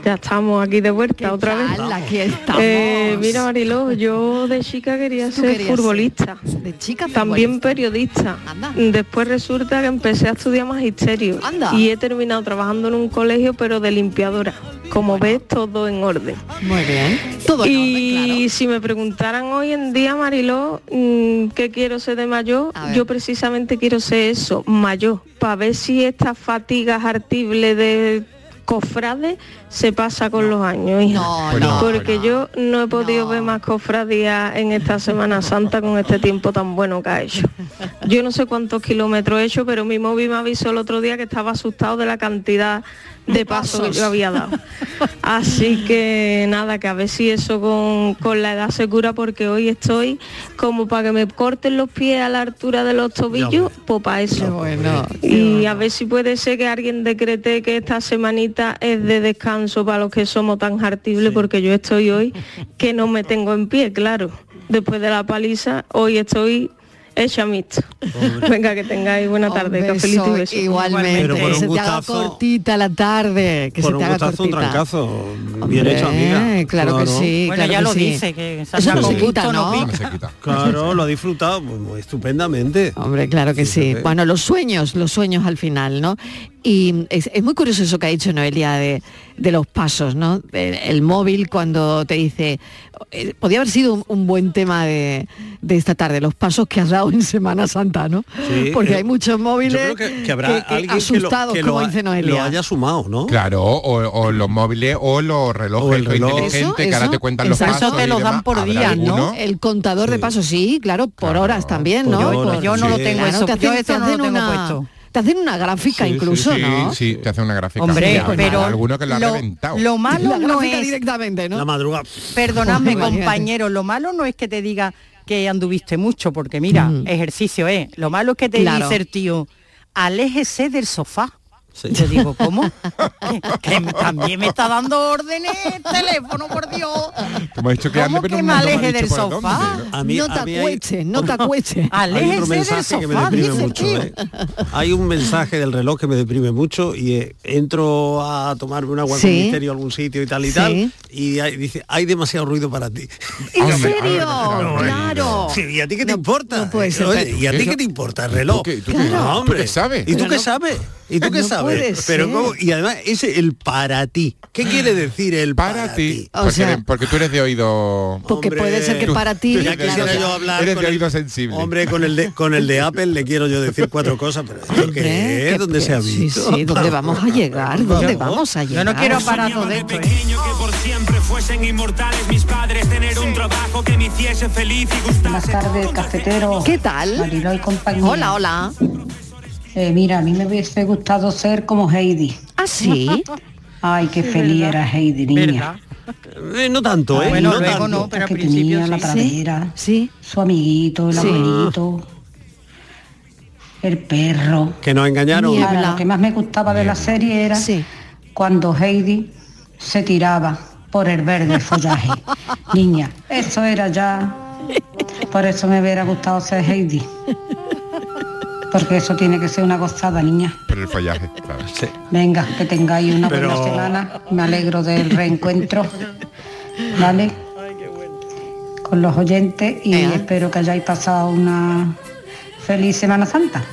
Speaker 15: Ya estamos aquí de vuelta otra vez.
Speaker 5: Ala, Aquí estamos.
Speaker 15: Eh, mira Marilo, yo de chica quería
Speaker 5: Tú
Speaker 15: ser
Speaker 5: querías ser
Speaker 15: futbolista,
Speaker 5: de chica
Speaker 15: también periodista. Después resulta que empecé a estudiar magisterio
Speaker 5: Anda.
Speaker 15: y he terminado trabajando en un colegio pero de limpiadora. Como ves, todo en orden.
Speaker 5: Muy bien.
Speaker 15: y si me preguntaran hoy en día, Mariló, mm, ¿qué quiero ser de mayor? Yo precisamente quiero ser eso, mayor, para ver si esta fatiga hartible de cofrade se pasa con los años, hija.
Speaker 5: no,
Speaker 15: porque yo no he podido ver más cofradías en esta Semana Santa con este tiempo tan bueno que ha hecho. Yo no sé cuántos kilómetros he hecho, pero mi móvil me avisó el otro día que estaba asustado de la cantidad de pasos que
Speaker 16: Pasos.
Speaker 15: yo había dado. Así que nada, que a ver si eso con, con la edad se cura porque hoy estoy como para que me corten los pies a la altura de los tobillos, pues para eso. y a ver si puede ser que alguien decrete que esta semanita es de descanso para los que somos tan hartibles porque yo estoy hoy que no me tengo en pie, claro. Después de la paliza, hoy estoy hecha mixto. Venga, que tengáis buena tarde,
Speaker 5: Beso,
Speaker 15: cafelito y besos.
Speaker 5: igualmente,
Speaker 6: Pero por
Speaker 5: que
Speaker 6: un
Speaker 5: se te haga
Speaker 6: gustazo-
Speaker 5: cortita la tarde, que
Speaker 6: Por
Speaker 5: se
Speaker 6: un
Speaker 5: te haga
Speaker 6: gustazo, un
Speaker 5: cortita.
Speaker 6: trancazo. Bien
Speaker 5: Hombre,
Speaker 6: hecho, amiga.
Speaker 5: Claro, que sí,
Speaker 8: Bueno,
Speaker 5: claro
Speaker 8: ya
Speaker 5: que
Speaker 8: lo
Speaker 5: sí.
Speaker 8: dice, que se
Speaker 5: Eso no
Speaker 8: acabó.
Speaker 5: se quita,
Speaker 8: Esto no
Speaker 5: ¿no?
Speaker 8: pica.
Speaker 6: Claro, lo ha disfrutado pues, muy estupendamente.
Speaker 5: Hombre, claro que sí. Bueno, los sueños, los sueños al final, ¿no? Y es, es muy curioso eso que ha dicho Noelia de, de los pasos, ¿no? El, el móvil cuando te dice, eh, podía haber sido un, un buen tema de, de esta tarde, los pasos que has dado en Semana Santa, ¿no?
Speaker 6: Sí,
Speaker 5: Porque
Speaker 6: eh,
Speaker 5: hay muchos móviles
Speaker 6: que, que habrá
Speaker 5: que- que
Speaker 6: alguien que lo-
Speaker 5: asustados,
Speaker 6: que lo,
Speaker 5: como
Speaker 6: ha-
Speaker 5: dice
Speaker 6: lo
Speaker 5: Noelia.
Speaker 6: haya sumado, ¿no?
Speaker 9: Claro, o, o los móviles o los relojes los
Speaker 6: reloj.
Speaker 9: inteligentes que ahora
Speaker 5: eso,
Speaker 9: te cuentan los
Speaker 5: exacto.
Speaker 9: pasos. y demás. ¿Habrá alguno?
Speaker 5: El contador de pasos, sí, claro, por horas también, ¿no?
Speaker 9: horas,
Speaker 5: Por-
Speaker 9: Yo no lo sí. tengo
Speaker 5: Claro,
Speaker 9: eso,
Speaker 5: te
Speaker 9: yo
Speaker 5: hacen- te
Speaker 9: eso no lo
Speaker 5: hacen
Speaker 9: tengo
Speaker 5: una-
Speaker 9: puesto.
Speaker 5: Te hacen una gráfica
Speaker 9: Sí, sí,
Speaker 5: incluso,
Speaker 9: sí,
Speaker 5: ¿no?
Speaker 9: Sí, te hace una gráfica.
Speaker 5: Hombre,
Speaker 9: Sí, hay
Speaker 5: pero
Speaker 9: alguno que la ha
Speaker 8: lo-
Speaker 9: reventado.
Speaker 8: lo malo
Speaker 5: La
Speaker 8: no
Speaker 5: gráfica
Speaker 8: es
Speaker 5: directamente, ¿no?
Speaker 6: madrugada.
Speaker 8: Perdonadme,
Speaker 5: Joder, imagínate.
Speaker 8: compañero, lo malo no es que te diga que anduviste mucho, porque mira, ejercicio es. Lo malo es que te
Speaker 5: Claro.
Speaker 8: dice el tío, aléjese del sofá. Yo digo, ¿cómo? que, que también me está dando órdenes el teléfono, por Dios.
Speaker 9: Hemos dicho que ande,
Speaker 8: ¿Cómo
Speaker 9: pero
Speaker 8: que
Speaker 9: no
Speaker 8: me
Speaker 9: nos han
Speaker 8: aleje
Speaker 9: dicho
Speaker 8: del
Speaker 9: por
Speaker 8: sofá?
Speaker 9: dónde.
Speaker 6: A mí-
Speaker 5: no
Speaker 6: a mí
Speaker 5: te
Speaker 6: hay-
Speaker 5: acueches, no te acueches.
Speaker 6: Hay otro mensaje que me deprime mucho. ¿eh? Hay un mensaje del reloj que me deprime mucho y eh, entro a tomarme un agua
Speaker 5: Sí.
Speaker 6: con misterio a algún sitio y tal y
Speaker 5: Sí.
Speaker 6: tal y hay- dice, hay demasiado ruido para ti.
Speaker 5: ¿En
Speaker 6: Hombre,
Speaker 5: serio?
Speaker 6: hombre,
Speaker 5: claro.
Speaker 6: Sí, ¿Y a ti qué te importa?
Speaker 5: puede ser,
Speaker 6: Oye,
Speaker 5: pero-
Speaker 6: ¿Y a ti
Speaker 5: Eso-
Speaker 6: qué te importa el reloj?
Speaker 5: ¿Tú qué- tú qué- Claro.
Speaker 6: No, hombre.
Speaker 5: ¿tú qué sabes?
Speaker 6: ¿Y tú
Speaker 5: Pero
Speaker 6: qué
Speaker 5: no-
Speaker 6: sabes? ¿Y tú qué
Speaker 5: No
Speaker 6: sabes?
Speaker 5: puede
Speaker 6: Pero
Speaker 5: ser.
Speaker 6: cómo- y además es el para ti. ¿Qué quiere decir el para, ti?
Speaker 5: O sea-
Speaker 9: eres- Ah. porque tú eres de oído...
Speaker 5: Porque puede ser que
Speaker 9: Tú-
Speaker 5: para ti...
Speaker 9: tú
Speaker 6: Ya
Speaker 9: eres de
Speaker 6: quisiera
Speaker 9: oído-
Speaker 6: yo hablar
Speaker 9: Eres
Speaker 6: con
Speaker 9: de
Speaker 6: el-
Speaker 9: oído sensible.
Speaker 6: Hombre, con el de con el de Apple le quiero yo decir cuatro cosas, pero ¿esto
Speaker 5: ¿Eh?
Speaker 6: qué es? ¿Dónde se ha
Speaker 5: Sí,
Speaker 6: visto?
Speaker 5: sí, ¿dónde vamos a llegar? ¿Dónde
Speaker 6: Vamos.
Speaker 5: vamos a llegar?
Speaker 6: no quiero aparato ¿eh?
Speaker 5: parar
Speaker 16: de pequeño que por siempre fuesen inmortales mis padres, tener un trabajo que me hiciese feliz y gustase.
Speaker 17: Buenas tardes, cafetero.
Speaker 5: ¿Qué tal?
Speaker 17: Mariló y compañía.
Speaker 5: Hola, hola.
Speaker 17: Eh, mira, a mí me hubiese gustado ser como Heidi.
Speaker 5: ¿Ah, sí?
Speaker 17: Ay, qué
Speaker 6: Sí,
Speaker 17: feliz
Speaker 6: ¿verdad?
Speaker 17: era Heidi, niña. Ah,
Speaker 6: Eh, no tanto,
Speaker 5: Ah,
Speaker 6: ¿eh?
Speaker 17: Bueno,
Speaker 6: no
Speaker 17: luego
Speaker 6: tanto.
Speaker 17: no, pero al Que tenía principio la sí. pradera.
Speaker 5: Sí.
Speaker 17: Su amiguito, el
Speaker 6: Sí.
Speaker 17: abuelito, el perro.
Speaker 6: Que nos engañaron.
Speaker 17: Ahora, lo que más me gustaba de la serie era cuando Heidi se tiraba por el verde follaje. Niña, eso era ya. Por eso me hubiera gustado ser Heidi. Porque eso tiene que ser una gozada, niña.
Speaker 9: Por el follaje, claro.
Speaker 17: Venga, que tengáis una
Speaker 9: Pero-
Speaker 17: buena semana. Me alegro del reencuentro. ¿Vale? Con los oyentes y espero que hayáis pasado una feliz Semana Santa.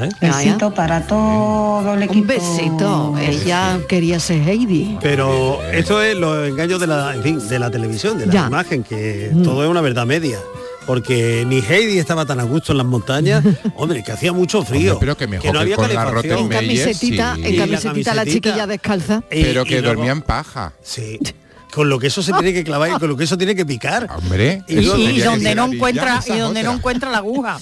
Speaker 6: ¿Eh?
Speaker 17: Besito para todo el equipo.
Speaker 5: Un besito. Ella quería ser Heidi.
Speaker 6: Pero esto es los engaños de la, en fin, de la televisión, de la
Speaker 5: Ya. Mm.
Speaker 6: imagen, que todo es una verdad media. Porque ni Heidi estaba tan a gusto en las montañas, hombre, que hacía mucho frío,
Speaker 9: pero que mejor
Speaker 6: no
Speaker 9: que
Speaker 6: había
Speaker 9: con la
Speaker 6: calefacción.
Speaker 9: Rottenmeier,
Speaker 5: Camiseta,
Speaker 9: sí.
Speaker 5: en camiseta la chiquilla descalza.
Speaker 9: Pero que dormían paja.
Speaker 6: Sí. Con lo que eso se tiene que clavar y con lo que eso tiene que picar.
Speaker 9: Hombre,
Speaker 8: Y,
Speaker 9: eso
Speaker 8: y
Speaker 9: tenía que
Speaker 8: donde
Speaker 9: ser
Speaker 8: no
Speaker 9: la
Speaker 8: encuentra
Speaker 9: villa,
Speaker 8: y
Speaker 9: esa
Speaker 8: donde no
Speaker 9: otra.
Speaker 8: encuentra la aguja.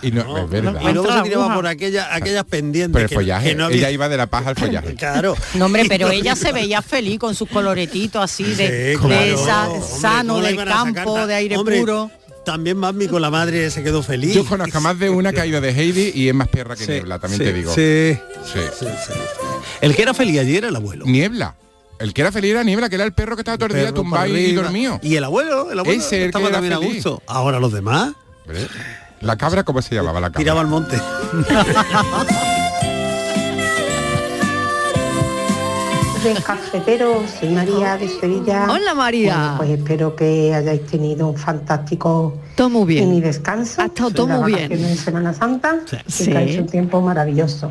Speaker 9: Y no, es verdad.
Speaker 6: Y luego se
Speaker 8: Entra la
Speaker 6: tiraba
Speaker 8: aguja.
Speaker 6: por aquellas, aquellas pendientes.
Speaker 9: Por el
Speaker 6: que-
Speaker 9: follaje.
Speaker 6: que no había-
Speaker 9: Ella iba de la paja al follaje.
Speaker 6: Claro.
Speaker 8: No, hombre, pero ella se veía feliz con sus coloretitos así de,
Speaker 6: Sí,
Speaker 8: de
Speaker 6: claro.
Speaker 8: sa-
Speaker 6: Hombre,
Speaker 8: sano
Speaker 6: ¿cómo la
Speaker 8: del
Speaker 6: iban a sacar
Speaker 8: campo,
Speaker 6: tan-
Speaker 8: de aire
Speaker 6: Hombre,
Speaker 8: puro.
Speaker 6: También Mami con la madre se quedó feliz.
Speaker 9: Yo conozco más de una que ha ido de Heidi y es más perra que Niebla, también
Speaker 6: sí,
Speaker 9: te digo.
Speaker 6: sí.
Speaker 9: sí.
Speaker 6: El que era feliz ayer era el abuelo.
Speaker 9: Niebla. El que era feliz era Niebla, que era el perro que estaba todo el día
Speaker 6: Perro
Speaker 9: tumbado
Speaker 6: para
Speaker 9: y
Speaker 6: arriba.
Speaker 9: dormido.
Speaker 6: Y el abuelo, el abuelo
Speaker 9: Ese el
Speaker 6: estaba
Speaker 9: que era
Speaker 6: también a
Speaker 9: feliz.
Speaker 6: gusto. Ahora los demás.
Speaker 9: Hombre, La cabra, ¿cómo se llamaba la cabra? Tiraba
Speaker 6: al monte.
Speaker 18: de cafetero, soy María de Sevilla.
Speaker 5: Hola, María.
Speaker 18: Bueno, pues espero que hayáis tenido un fantástico
Speaker 5: todo muy bien.
Speaker 18: mini descanso. Ha estado
Speaker 5: todo muy bien.
Speaker 18: En Semana Santa,
Speaker 5: Sí.
Speaker 18: y que ha hecho un tiempo maravilloso.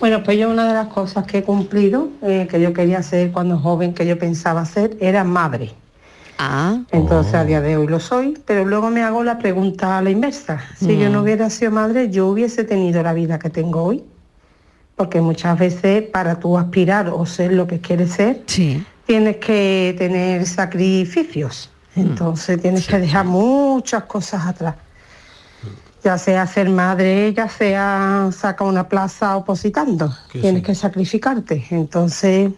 Speaker 18: Bueno, pues yo una de las cosas que he cumplido, eh, que yo quería hacer cuando joven, que yo pensaba ser, era madre.
Speaker 5: Ah.
Speaker 18: Entonces a día de hoy lo soy, pero luego me hago la pregunta a la inversa. Si yo no
Speaker 5: Mm.
Speaker 18: hubiera sido madre, yo hubiese tenido la vida que tengo hoy. Porque muchas veces para tú aspirar o ser lo que quieres ser, tienes que tener sacrificios.
Speaker 6: Hmm.
Speaker 18: Entonces tienes que dejar muchas cosas atrás. Ya sea ser madre, ya sea saca una plaza opositando. Tienes que sacrificarte. Entonces,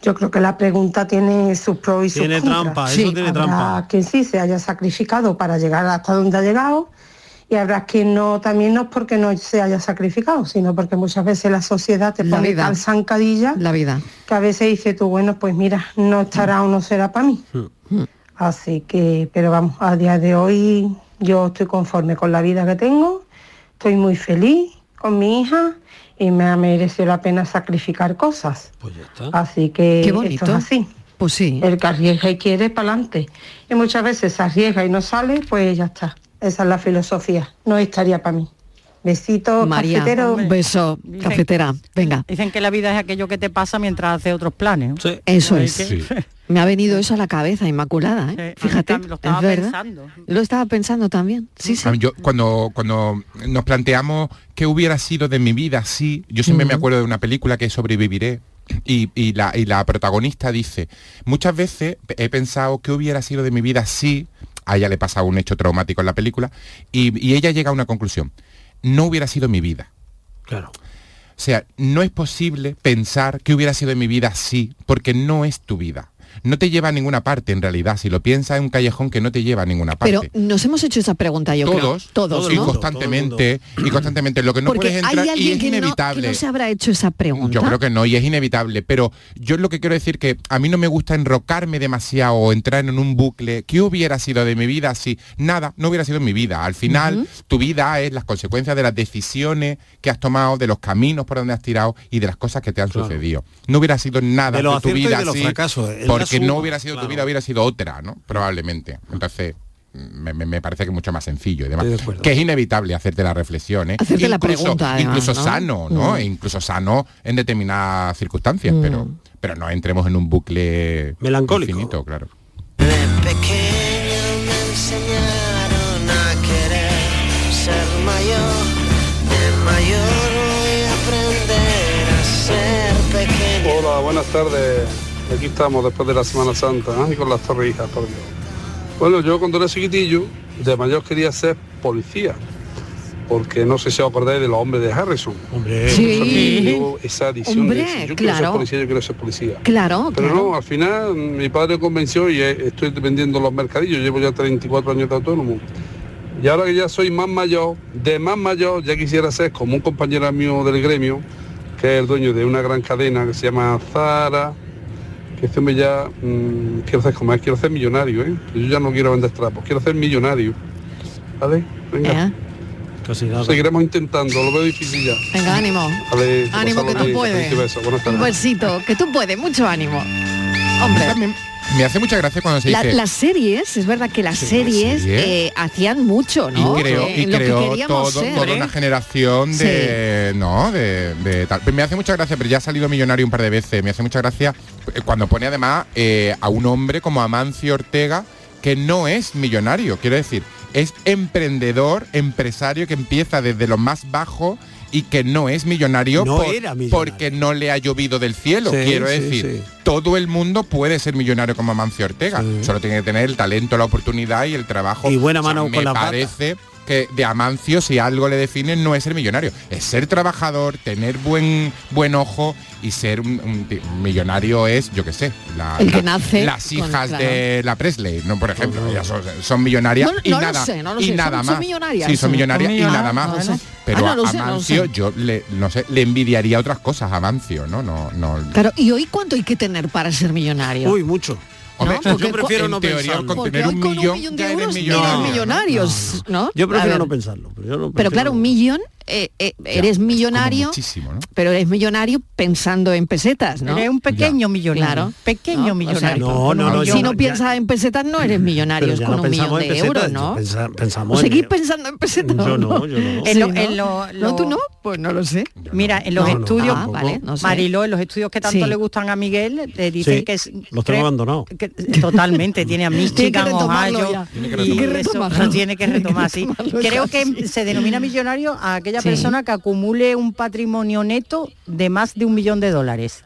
Speaker 18: yo creo que la pregunta tiene sus pros y sus
Speaker 6: Tiene
Speaker 18: contras.
Speaker 6: trampa, eso tiene
Speaker 18: Habrá
Speaker 6: trampa.
Speaker 18: quien sí se haya sacrificado para llegar hasta donde ha llegado y habrá quien no, también no es porque no se haya sacrificado, sino porque muchas veces la sociedad te
Speaker 5: La
Speaker 18: pone
Speaker 5: vida.
Speaker 18: tal zancadilla
Speaker 5: La vida.
Speaker 18: que a veces dice tú, bueno, pues mira, no estará o no será para mí.
Speaker 5: Hmm.
Speaker 18: Así que, pero vamos, a día de hoy yo estoy conforme con la vida que tengo, estoy muy feliz con mi hija y me ha merecido la pena sacrificar cosas.
Speaker 5: Pues,
Speaker 18: Así que
Speaker 5: Qué bonito.
Speaker 18: Ah, esto es así.
Speaker 5: Pues sí.
Speaker 18: El que arriesga y quiere para adelante. Y muchas veces se arriesga y no sale, pues ya está. Esa es la filosofía. No estaría para mí. Besitos,
Speaker 5: María,
Speaker 18: cafetero.
Speaker 5: un beso, cafetera. Venga.
Speaker 8: Dicen que la vida es aquello que te pasa mientras haces otros planes.
Speaker 5: Eso
Speaker 8: Ay,
Speaker 5: es.
Speaker 8: que-
Speaker 5: Me ha venido eso a la cabeza, Inmaculada, ¿eh? Fíjate,
Speaker 8: lo estaba
Speaker 5: es verdad.
Speaker 8: pensando.
Speaker 5: Lo estaba pensando también. Sí, sí.
Speaker 9: A mí, Ah, yo, cuando, cuando nos planteamos qué hubiera sido de mi vida así, yo siempre me
Speaker 5: Ujú.
Speaker 9: acuerdo de una película que es sobreviviré. Y, y la, y la protagonista dice, muchas veces he pensado qué hubiera sido de mi vida si a ella le pasa un hecho traumático en la película, y, y ella llega a una conclusión, no hubiera sido mi vida.
Speaker 6: Claro.
Speaker 9: O sea, no es posible pensar que hubiera sido en mi vida así, porque no es tu vida. No te lleva a ninguna parte, en realidad. Si lo piensas, es un callejón que no te lleva a ninguna parte.
Speaker 5: Pero nos hemos hecho esa pregunta, yo creo.
Speaker 9: Ah, todos,
Speaker 5: Todos,
Speaker 9: y
Speaker 5: ¿no?
Speaker 9: constantemente, y constantemente. Lo que no
Speaker 5: Porque
Speaker 9: puedes
Speaker 5: hay
Speaker 9: entrar y
Speaker 5: alguien
Speaker 9: es
Speaker 5: que no, que
Speaker 9: inevitable.
Speaker 5: no se habrá hecho esa pregunta.
Speaker 9: Yo creo que no, y es inevitable. Pero yo lo que quiero decir que a mí no me gusta enrocarme demasiado o entrar en un bucle. ¿Qué hubiera sido de mi vida si nada no hubiera sido en mi vida? Al final, tu vida es las consecuencias de las decisiones que has tomado, de los caminos por donde has tirado y de las cosas que te han sucedido. No hubiera sido nada
Speaker 6: De los
Speaker 9: tu
Speaker 6: aciertos y
Speaker 9: vida
Speaker 6: de los
Speaker 9: así,
Speaker 6: fracasos. Es la
Speaker 9: porque
Speaker 6: suma,
Speaker 9: no hubiera sido
Speaker 6: claro.
Speaker 9: tu vida, hubiera sido otra, ¿no? Probablemente. Entonces, me, me- me parece que es mucho más sencillo y demás. Que es inevitable hacerte las reflexiones.
Speaker 5: Hacerte la pregunta, además,
Speaker 9: incluso
Speaker 5: ¿no?
Speaker 9: sano, ¿no?
Speaker 5: Mm.
Speaker 9: E incluso sano en determinadas circunstancias,
Speaker 5: Mm.
Speaker 9: pero, pero no entremos en un bucle melancólico. claro.
Speaker 19: pequeño me enseñaron a querer ser mayor. De mayor voy a aprender a ser pequeño.
Speaker 20: Hola, buenas tardes. Aquí estamos después de la Semana Santa ¿eh? y con las torrijas, por Dios. Bueno, yo cuando era chiquitillo, de mayor quería ser policía, porque no sé si os acordáis de los hombres de Harrison. Hombre,
Speaker 5: Sí.
Speaker 20: esa adicción
Speaker 5: Hombre,
Speaker 20: de decir, yo quiero
Speaker 5: claro.
Speaker 20: ser policía, yo quiero ser policía.
Speaker 5: Claro,
Speaker 20: Pero
Speaker 5: Oh, claro.
Speaker 20: no, al final mm, mi padre me convenció y eh, estoy vendiendo los mercadillos, llevo ya 34 años de autónomo. Y ahora que ya soy más mayor, de más mayor, ya quisiera ser como un compañero mío del gremio, que es el dueño de una gran cadena que se llama Zara, que este hombre ya mm, quiero ser como él, quiero ser millonario, ¿eh? Yo ya no quiero vender trapos, quiero ser millonario. ¿Vale? Venga. Seguiremos intentando, lo veo difícil ya.
Speaker 5: Venga, ánimo.
Speaker 20: Vale,
Speaker 5: Ánimo,
Speaker 20: pasarlo
Speaker 5: que tú
Speaker 20: bien,
Speaker 5: puedes.
Speaker 20: feliz beso, buenas
Speaker 5: Un
Speaker 20: tardes.
Speaker 5: besito, que tú puedes, mucho ánimo. Hombre.
Speaker 9: Me hace mucha gracia cuando se
Speaker 5: La-
Speaker 9: dice...
Speaker 5: las series, es verdad que las series
Speaker 9: series.
Speaker 5: eh, hacían mucho, ¿no?
Speaker 9: y creó,
Speaker 5: Eh,
Speaker 9: y
Speaker 5: en lo que
Speaker 9: creó
Speaker 5: queríamos
Speaker 9: todo,
Speaker 5: ser. ¿eh?
Speaker 9: toda una generación de no de, de tal. Pues me hace mucha gracia pero ya ha salido millonario un par de veces me hace mucha gracia eh, cuando pone además eh, a un hombre como Amancio Ortega que no es millonario quiero decir es emprendedor empresario que empieza desde lo más bajo y que no es millonario,
Speaker 6: No era millonario.
Speaker 9: porque no le ha llovido del cielo,
Speaker 6: Sí,
Speaker 9: quiero
Speaker 6: sí,
Speaker 9: decir
Speaker 6: sí.
Speaker 9: todo el mundo puede ser millonario como Amancio Ortega. Solo tiene que tener el talento, la oportunidad y el trabajo. Y buena
Speaker 6: mano
Speaker 9: me
Speaker 6: con las patas.
Speaker 9: parece que de Amancio, si algo le define, no es ser millonario. Es ser trabajador, tener buen, buen ojo y ser un, un ti- un millonario es, yo qué sé, la-
Speaker 5: El que
Speaker 9: la-
Speaker 5: nace
Speaker 9: las
Speaker 5: con-
Speaker 9: hijas
Speaker 5: claro.
Speaker 9: de la Presley, ¿no? Por ejemplo, ellas son, son millonarias
Speaker 5: No-
Speaker 9: y
Speaker 5: no lo
Speaker 9: nada,
Speaker 5: sé, no lo
Speaker 9: y
Speaker 5: sé. Son-
Speaker 9: nada
Speaker 5: son
Speaker 9: más.
Speaker 5: millonarias.
Speaker 9: Sí, son
Speaker 5: Son
Speaker 9: millonarias y
Speaker 5: millonarias.
Speaker 9: nada más.
Speaker 5: Ah, no sé.
Speaker 9: Pero
Speaker 5: Ah, no
Speaker 9: a
Speaker 5: lo sé, no lo
Speaker 9: Amancio,
Speaker 5: sé.
Speaker 9: yo le, no sé, le envidiaría otras cosas a Amancio, ¿no? No, no,
Speaker 5: Claro, ¿y hoy cuánto hay que tener para ser millonario?
Speaker 9: Uy, mucho. Hombre,
Speaker 5: Porque
Speaker 9: yo prefiero
Speaker 5: cu-
Speaker 9: no
Speaker 5: en teoría,
Speaker 9: pensarlo.
Speaker 5: porque
Speaker 9: Con tener
Speaker 5: hoy
Speaker 9: un
Speaker 5: con
Speaker 9: millón
Speaker 5: un millón
Speaker 9: ya
Speaker 5: de
Speaker 9: eres
Speaker 5: euros
Speaker 9: millonario.
Speaker 5: eres millonarios, ¿no?
Speaker 6: Yo prefiero
Speaker 5: A
Speaker 6: no
Speaker 5: ver,
Speaker 6: pensarlo. Pero, yo no
Speaker 5: Pero
Speaker 6: prefiero-
Speaker 5: claro, un millón, eh, eh, eres millonario,
Speaker 9: muchísimo, ¿no?
Speaker 5: pero eres millonario pensando en pesetas, ¿no?
Speaker 8: Eres un pequeño millonario.
Speaker 5: Claro.
Speaker 8: Pequeño
Speaker 5: ¿No?
Speaker 8: millonario.
Speaker 5: O sea,
Speaker 6: No, no, no,
Speaker 5: si
Speaker 6: yo-
Speaker 5: no piensas en pesetas no eres millonario
Speaker 6: pero
Speaker 5: es
Speaker 6: ya
Speaker 5: con
Speaker 6: no
Speaker 5: un millón
Speaker 6: pensamos
Speaker 5: de
Speaker 6: en pesetas,
Speaker 5: euros,
Speaker 6: ya
Speaker 5: ¿no?
Speaker 6: pensa-
Speaker 5: ¿O
Speaker 6: pensamos en-
Speaker 5: seguís pensando en pesetas?
Speaker 6: Yo no, yo no.
Speaker 5: Sí,
Speaker 8: En lo-
Speaker 5: ¿no?
Speaker 8: Eh, en lo-
Speaker 5: ¿No, tú
Speaker 8: lo-
Speaker 5: no? Pues no lo sé.
Speaker 8: Mira, en los
Speaker 5: No, no,
Speaker 8: estudios,
Speaker 5: ah, vale, no sé.
Speaker 8: Mariló, en los estudios que tanto
Speaker 5: Sí.
Speaker 8: le gustan a Miguel, te dicen
Speaker 6: Sí,
Speaker 8: que es...
Speaker 6: los
Speaker 8: creo-
Speaker 6: tengo abandonados.
Speaker 8: que- eh, totalmente, tiene a Michigan,
Speaker 6: retomarlo
Speaker 8: Ohio,
Speaker 6: ya. Tiene que
Speaker 8: y
Speaker 6: retomarlo.
Speaker 8: eso
Speaker 6: Tiene que
Speaker 8: lo
Speaker 6: retomarlo.
Speaker 8: tiene que retomar, sí.
Speaker 6: retomarlo ya,
Speaker 8: Creo que se denomina millonario a aquella
Speaker 5: Sí.
Speaker 8: persona que acumule un patrimonio neto de más de un millón de dólares.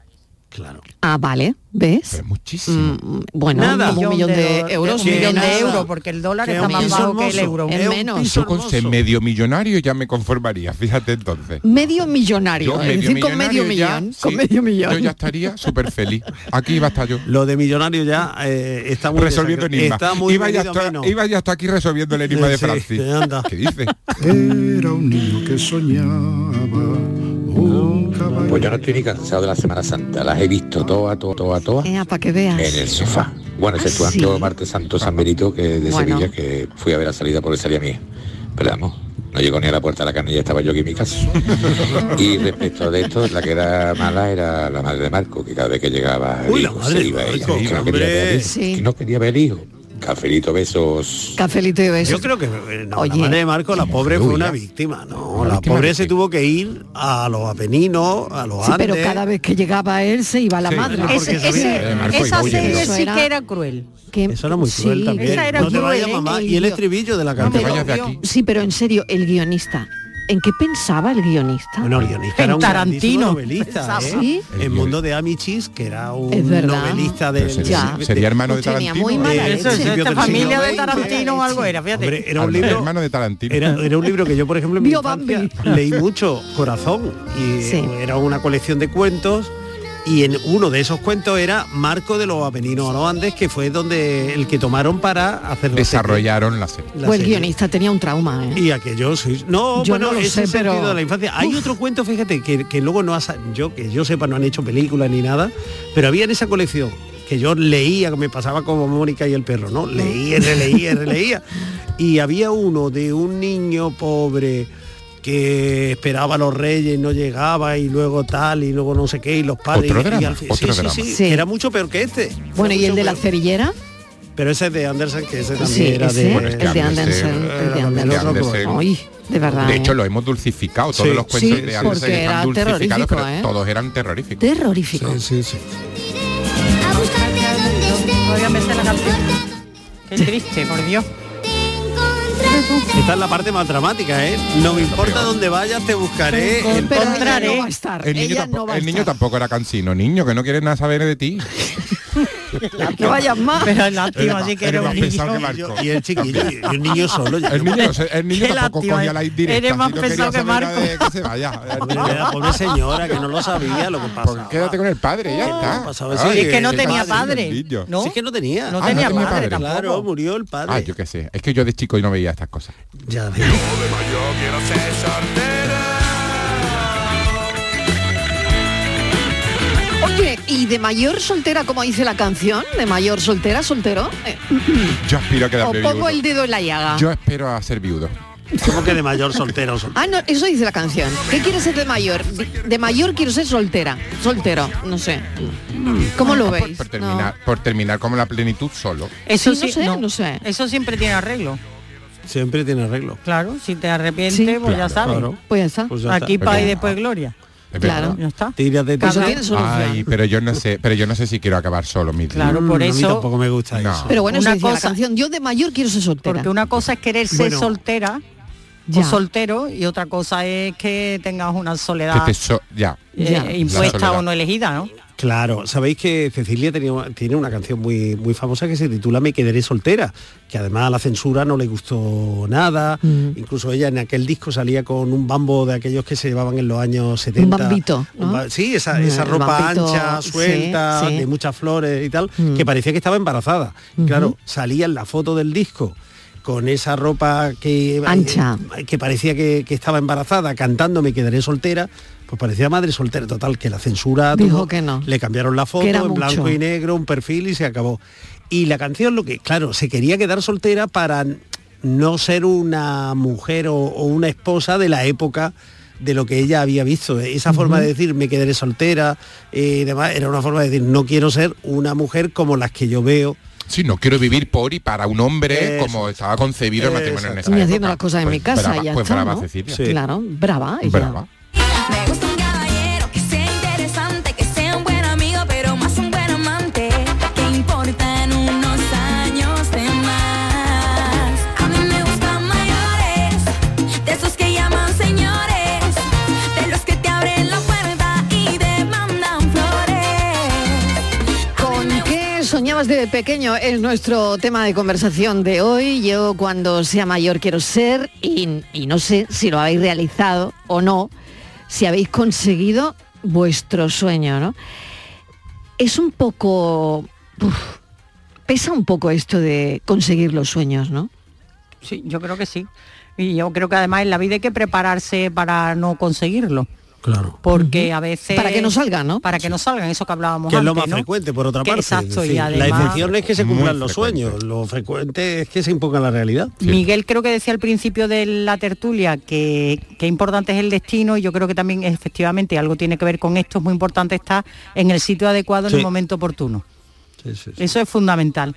Speaker 5: Ah, vale, ¿ves? Mm,
Speaker 9: muchísimo.
Speaker 5: bueno,
Speaker 8: Nada.
Speaker 5: como un millón de, euros.
Speaker 8: Un
Speaker 5: que
Speaker 8: millón de
Speaker 5: nada.
Speaker 8: euros, porque el dólar
Speaker 5: Que
Speaker 8: está
Speaker 5: un
Speaker 8: más
Speaker 5: piso
Speaker 8: bajo que el
Speaker 5: hermoso.
Speaker 8: euro.
Speaker 5: Es menos.
Speaker 9: Yo con ser medio millonario ya me conformaría, fíjate entonces.
Speaker 5: Medio millonario,
Speaker 9: Yo
Speaker 5: es
Speaker 9: medio
Speaker 5: decir, con medio
Speaker 9: millonario ya,
Speaker 5: millón. con
Speaker 9: sí,
Speaker 5: medio millón.
Speaker 9: Yo ya estaría súper feliz. Aquí iba a estar yo.
Speaker 6: Lo de millonario ya eh, está muy
Speaker 9: resolviendo
Speaker 6: desacre-
Speaker 9: enigmas.
Speaker 6: Está muy
Speaker 9: iba, ya
Speaker 6: venido a
Speaker 9: hasta,
Speaker 6: menos.
Speaker 9: iba ya hasta aquí resolviendo el enigma de
Speaker 6: Sí,
Speaker 9: Francis.
Speaker 6: anda.
Speaker 9: ¿Qué dice?
Speaker 5: Eh.
Speaker 21: Era un niño que soñaba.
Speaker 12: Pues yo no estoy ni cansado de la Semana Santa, las he visto todas, todas, todas, todas
Speaker 5: Ea, para que veas.
Speaker 12: en el sofá. Bueno, exceptuando martes santo San Benito que de
Speaker 5: Ah, Bueno.
Speaker 12: Sevilla, que fui a ver la salida por salía mía. Pero vamos, no llegó ni a la puerta de la canilla, estaba yo aquí en mi casa. y respecto de esto, la que era mala era la madre de Marco, que cada vez que llegaba el hijo, se iba ella, que no quería ver, el-
Speaker 5: Sí.
Speaker 12: que no quería ver el hijo. Cafelito, besos.
Speaker 5: Cafelito y besos.
Speaker 6: Yo creo que eh, no,
Speaker 5: Oye.
Speaker 6: la madre de Marco, la pobre fue una
Speaker 12: Uy, ya.
Speaker 6: víctima, ¿no? La pobre se tuvo que ir a los Apeninos, a los
Speaker 5: Sí,
Speaker 6: Andes.
Speaker 5: pero cada vez que llegaba él se iba la
Speaker 6: Sí,
Speaker 5: madre.
Speaker 6: porque Ese- sabía- ese- Eh, Marco, esa oye, serie
Speaker 8: sí que era cruel.
Speaker 6: Eso era muy cruel también.
Speaker 5: esa era
Speaker 6: no te
Speaker 5: cruel,
Speaker 6: vayas,
Speaker 5: ¿eh?
Speaker 6: mamá.
Speaker 5: El
Speaker 6: Y el
Speaker 5: guión.
Speaker 6: estribillo de la canción.
Speaker 5: Sí, pero en serio, el guionista. ¿En qué pensaba el guionista?
Speaker 6: Bueno, el guionista era un grandísimo novelista, ¿eh?
Speaker 5: Sí.
Speaker 6: El mundo de Amichis, que era un
Speaker 5: Es verdad.
Speaker 6: novelista del-
Speaker 5: Pero
Speaker 6: de,
Speaker 5: sería-
Speaker 6: de-
Speaker 9: sería hermano de
Speaker 5: Tenía
Speaker 9: Tarantino.
Speaker 5: muy mala
Speaker 6: de-
Speaker 5: leche.
Speaker 6: principios del siglo
Speaker 8: familia de
Speaker 6: XX.
Speaker 8: Tarantino o algo era, fíjate.
Speaker 6: Hombre, era un
Speaker 9: Al-
Speaker 6: libro
Speaker 9: hermano de Tarantino.
Speaker 6: Era, era un libro que yo, por ejemplo, en mi
Speaker 5: Vio
Speaker 6: infancia
Speaker 5: Bambi.
Speaker 6: leí mucho, Corazón, y
Speaker 5: Sí.
Speaker 6: era una colección de cuentos. Y en uno de esos cuentos era Marco de los Apeninos a los Andes, que fue donde el que tomaron para hacer la
Speaker 9: Desarrollaron la serie.
Speaker 6: la
Speaker 5: Pues
Speaker 6: serie.
Speaker 5: el guionista tenía un trauma, ¿eh?
Speaker 6: Y aquello sois. No,
Speaker 5: Yo
Speaker 6: bueno,
Speaker 5: no lo
Speaker 6: ese
Speaker 5: sé, pero-
Speaker 6: sentido de la infancia. Hay otro cuento, fíjate, que, que luego no ha sa- yo que yo sepa no han hecho películas ni nada, pero había en esa colección que yo leía, que me pasaba como Mónica y el perro, ¿no? Leía, y releía, y releía. Y había uno de un niño pobre que esperaba a los reyes y no llegaba y luego tal y luego no sé qué y los padres
Speaker 5: Otro
Speaker 6: y, y
Speaker 5: drama,
Speaker 6: al fin-
Speaker 5: otro
Speaker 6: sí, sí,
Speaker 5: drama.
Speaker 6: sí,
Speaker 5: Sí.
Speaker 6: era mucho peor que este
Speaker 5: Bueno, ¿y el de la cerillera?
Speaker 6: Pero ese es de Andersen, que ese también era
Speaker 5: ese,
Speaker 6: de...
Speaker 5: el de Andersen, el de
Speaker 9: de
Speaker 5: Andersen.
Speaker 9: Andersen.
Speaker 5: Ay, de verdad.
Speaker 9: De hecho,
Speaker 5: ¿eh?
Speaker 9: lo hemos dulcificado.
Speaker 5: Sí.
Speaker 9: Todos los
Speaker 5: Sí,
Speaker 9: cuentos de
Speaker 5: sí.
Speaker 9: Andersen
Speaker 5: Porque
Speaker 9: están
Speaker 5: era
Speaker 9: dulcificados,
Speaker 5: terrorífico,
Speaker 9: pero
Speaker 5: ¿eh?
Speaker 9: todos eran terroríficos.
Speaker 5: Terrorífico.
Speaker 6: Sí, sí.
Speaker 8: Podrían meter la canción. Qué triste, por Dios.
Speaker 6: Esta es la parte más dramática, ¿eh? No me importa dónde vayas, te buscaré.
Speaker 5: Pero
Speaker 6: entonces-
Speaker 5: ella no va a estar.
Speaker 9: El niño,
Speaker 5: Ella
Speaker 9: tampo-
Speaker 5: no va a
Speaker 9: el niño
Speaker 5: estar.
Speaker 9: tampoco era cansino, niño, que no quiere nada saber de ti.
Speaker 5: No vayas más.
Speaker 8: Pero
Speaker 9: Era más- era más pesado que Marco.
Speaker 6: Y el chiquillo, y un niño solo. eh, ya.
Speaker 9: El niño, el niño tampoco cogía la indirecta.
Speaker 6: Eres ¿eh? más pesado eh, que
Speaker 9: De que se vaya.
Speaker 6: La pobre señora que no lo sabía lo que pasaba. eh,
Speaker 9: Quédate con el padre, ya está.
Speaker 6: pasaba
Speaker 9: Ay,
Speaker 6: ese-
Speaker 9: es que no
Speaker 6: ese
Speaker 9: tenía padre,
Speaker 6: niño.
Speaker 9: ¿no?
Speaker 6: Sí, es que no tenía.
Speaker 9: No Ah, no tenía tenía padre, padre.
Speaker 6: Claro,
Speaker 9: tampoco.
Speaker 6: murió el padre.
Speaker 9: Ah, yo qué sé. Es que yo de chico no veía estas cosas.
Speaker 6: Ya
Speaker 2: quiero ser soltera.
Speaker 5: Oye, ¿y de mayor soltera, como dice la canción? ¿De mayor soltera, soltero? Eh,
Speaker 9: Yo aspiro a
Speaker 5: o
Speaker 9: quedarme viudo.
Speaker 5: pongo el dedo en la llaga.
Speaker 9: Yo espero a ser viudo.
Speaker 6: ¿Cómo que de mayor soltero?
Speaker 5: Ah, no, eso dice la canción. ¿Qué quieres ser de mayor? De, de mayor quiero ser soltera. Soltero, no sé. ¿Cómo lo veis?
Speaker 9: Ah, Por terminar, por terminar como la plenitud solo.
Speaker 8: Eso
Speaker 5: Sí, no
Speaker 8: sí,
Speaker 5: sé,
Speaker 8: no.
Speaker 5: no sé.
Speaker 8: Eso siempre tiene arreglo.
Speaker 6: Siempre tiene arreglo.
Speaker 8: Claro, si te arrepientes,
Speaker 6: Sí.
Speaker 8: pues ya
Speaker 6: Claro,
Speaker 8: sabes.
Speaker 6: claro.
Speaker 5: Pues ya está.
Speaker 6: Pues ya está.
Speaker 8: Aquí
Speaker 6: Pero-
Speaker 8: pa' y después gloria.
Speaker 9: Claro.
Speaker 8: Ya está.
Speaker 6: Tira de
Speaker 8: Cada-
Speaker 9: Ay, pero yo no sé, pero yo no sé si quiero acabar solo mi
Speaker 8: Claro, por eso-
Speaker 6: Mm, tampoco me gusta eso.
Speaker 5: Pero bueno,
Speaker 8: Una
Speaker 5: eso dice la
Speaker 8: cosa-
Speaker 5: canción. Yo de mayor quiero ser soltera.
Speaker 8: Porque una cosa es querer ser
Speaker 5: Bueno.
Speaker 8: soltera
Speaker 5: Ya.
Speaker 8: o soltero y otra cosa es que tengas una soledad
Speaker 9: Que te so- ya.
Speaker 8: eh,
Speaker 9: La
Speaker 8: impuesta
Speaker 9: soledad.
Speaker 8: o no elegida, ¿no?
Speaker 6: Claro, sabéis que Cecilia tenía, tiene una canción muy, muy famosa que se titula Me quedaré soltera, que además a la censura no le gustó nada,
Speaker 5: Mm.
Speaker 6: incluso ella en aquel disco salía con un bambo de aquellos que se llevaban en los años 70.
Speaker 5: bambito, ¿no?
Speaker 6: Un ba- sí, esa,
Speaker 5: Eh,
Speaker 6: esa
Speaker 5: el
Speaker 6: ropa
Speaker 5: bambito,
Speaker 6: ancha,
Speaker 5: sí,
Speaker 6: suelta,
Speaker 5: sí. Mm.
Speaker 6: de muchas flores y tal, que parecía que estaba embarazada. Claro, salía en la foto del disco con esa ropa que
Speaker 5: Ancha.
Speaker 6: eh, que parecía que, que estaba embarazada cantando me quedaré soltera pues parecía madre soltera total que la censura
Speaker 5: Dijo
Speaker 6: tuvo-
Speaker 5: que no.
Speaker 6: le cambiaron la foto
Speaker 5: Que era
Speaker 6: en blanco
Speaker 5: mucho.
Speaker 6: y negro un perfil y se acabó y la canción lo que claro se quería quedar soltera para no ser una mujer o, o una esposa de la época de lo que ella había visto esa forma de decir me quedaré soltera eh, y demás era una forma de decir no quiero ser una mujer como las que yo veo
Speaker 9: Sí, no quiero vivir por y para un hombre
Speaker 6: Eso.
Speaker 9: como estaba concebido el matrimonio en esa
Speaker 5: Y
Speaker 9: época.
Speaker 5: haciendo las cosas en
Speaker 9: Pues
Speaker 5: mi casa
Speaker 9: brava-
Speaker 5: y ya
Speaker 9: pues
Speaker 5: está,
Speaker 9: brava
Speaker 5: ¿no?
Speaker 9: Cecilia.
Speaker 5: Claro, brava. ella.
Speaker 9: Brava.
Speaker 22: Me gusta un caballero que sea interesante, que sea un buen amigo, pero más un buen amante. ¿Qué importan unos años de más? A mí me gustan mayores, de esos que llaman señores, de los que te abren la puerta y demandan flores.
Speaker 5: ¿Con qué soñabas de pequeño? Es nuestro tema de conversación de hoy. Yo cuando sea mayor quiero ser y, y no sé si lo habéis realizado o no, si habéis conseguido vuestro sueño, ¿no? Es un poco... uf, pesa un poco esto de conseguir los sueños, ¿no?
Speaker 8: Sí, yo creo que sí. Y yo creo que además en la vida hay que prepararse para no conseguirlo.
Speaker 6: Claro.
Speaker 8: Porque a veces...
Speaker 5: Para que no salgan, ¿no?
Speaker 8: Para que no salgan, eso que hablábamos
Speaker 6: que es lo
Speaker 8: antes,
Speaker 6: más
Speaker 8: ¿no?
Speaker 6: frecuente por otra
Speaker 8: Que
Speaker 6: parte
Speaker 8: exacto,
Speaker 6: es
Speaker 8: y
Speaker 6: decir, la
Speaker 8: además-
Speaker 6: excepción es que se
Speaker 8: Muy
Speaker 6: cumplan los
Speaker 8: frecuente.
Speaker 6: sueños lo frecuente es que se imponga la realidad
Speaker 8: Miguel creo que decía al principio de la tertulia que, que importante es el destino y yo creo que también efectivamente algo tiene que ver con esto, es muy importante estar en el sitio adecuado en
Speaker 6: Sí.
Speaker 8: el momento oportuno.
Speaker 6: Sí, sí, sí.
Speaker 8: Eso es fundamental.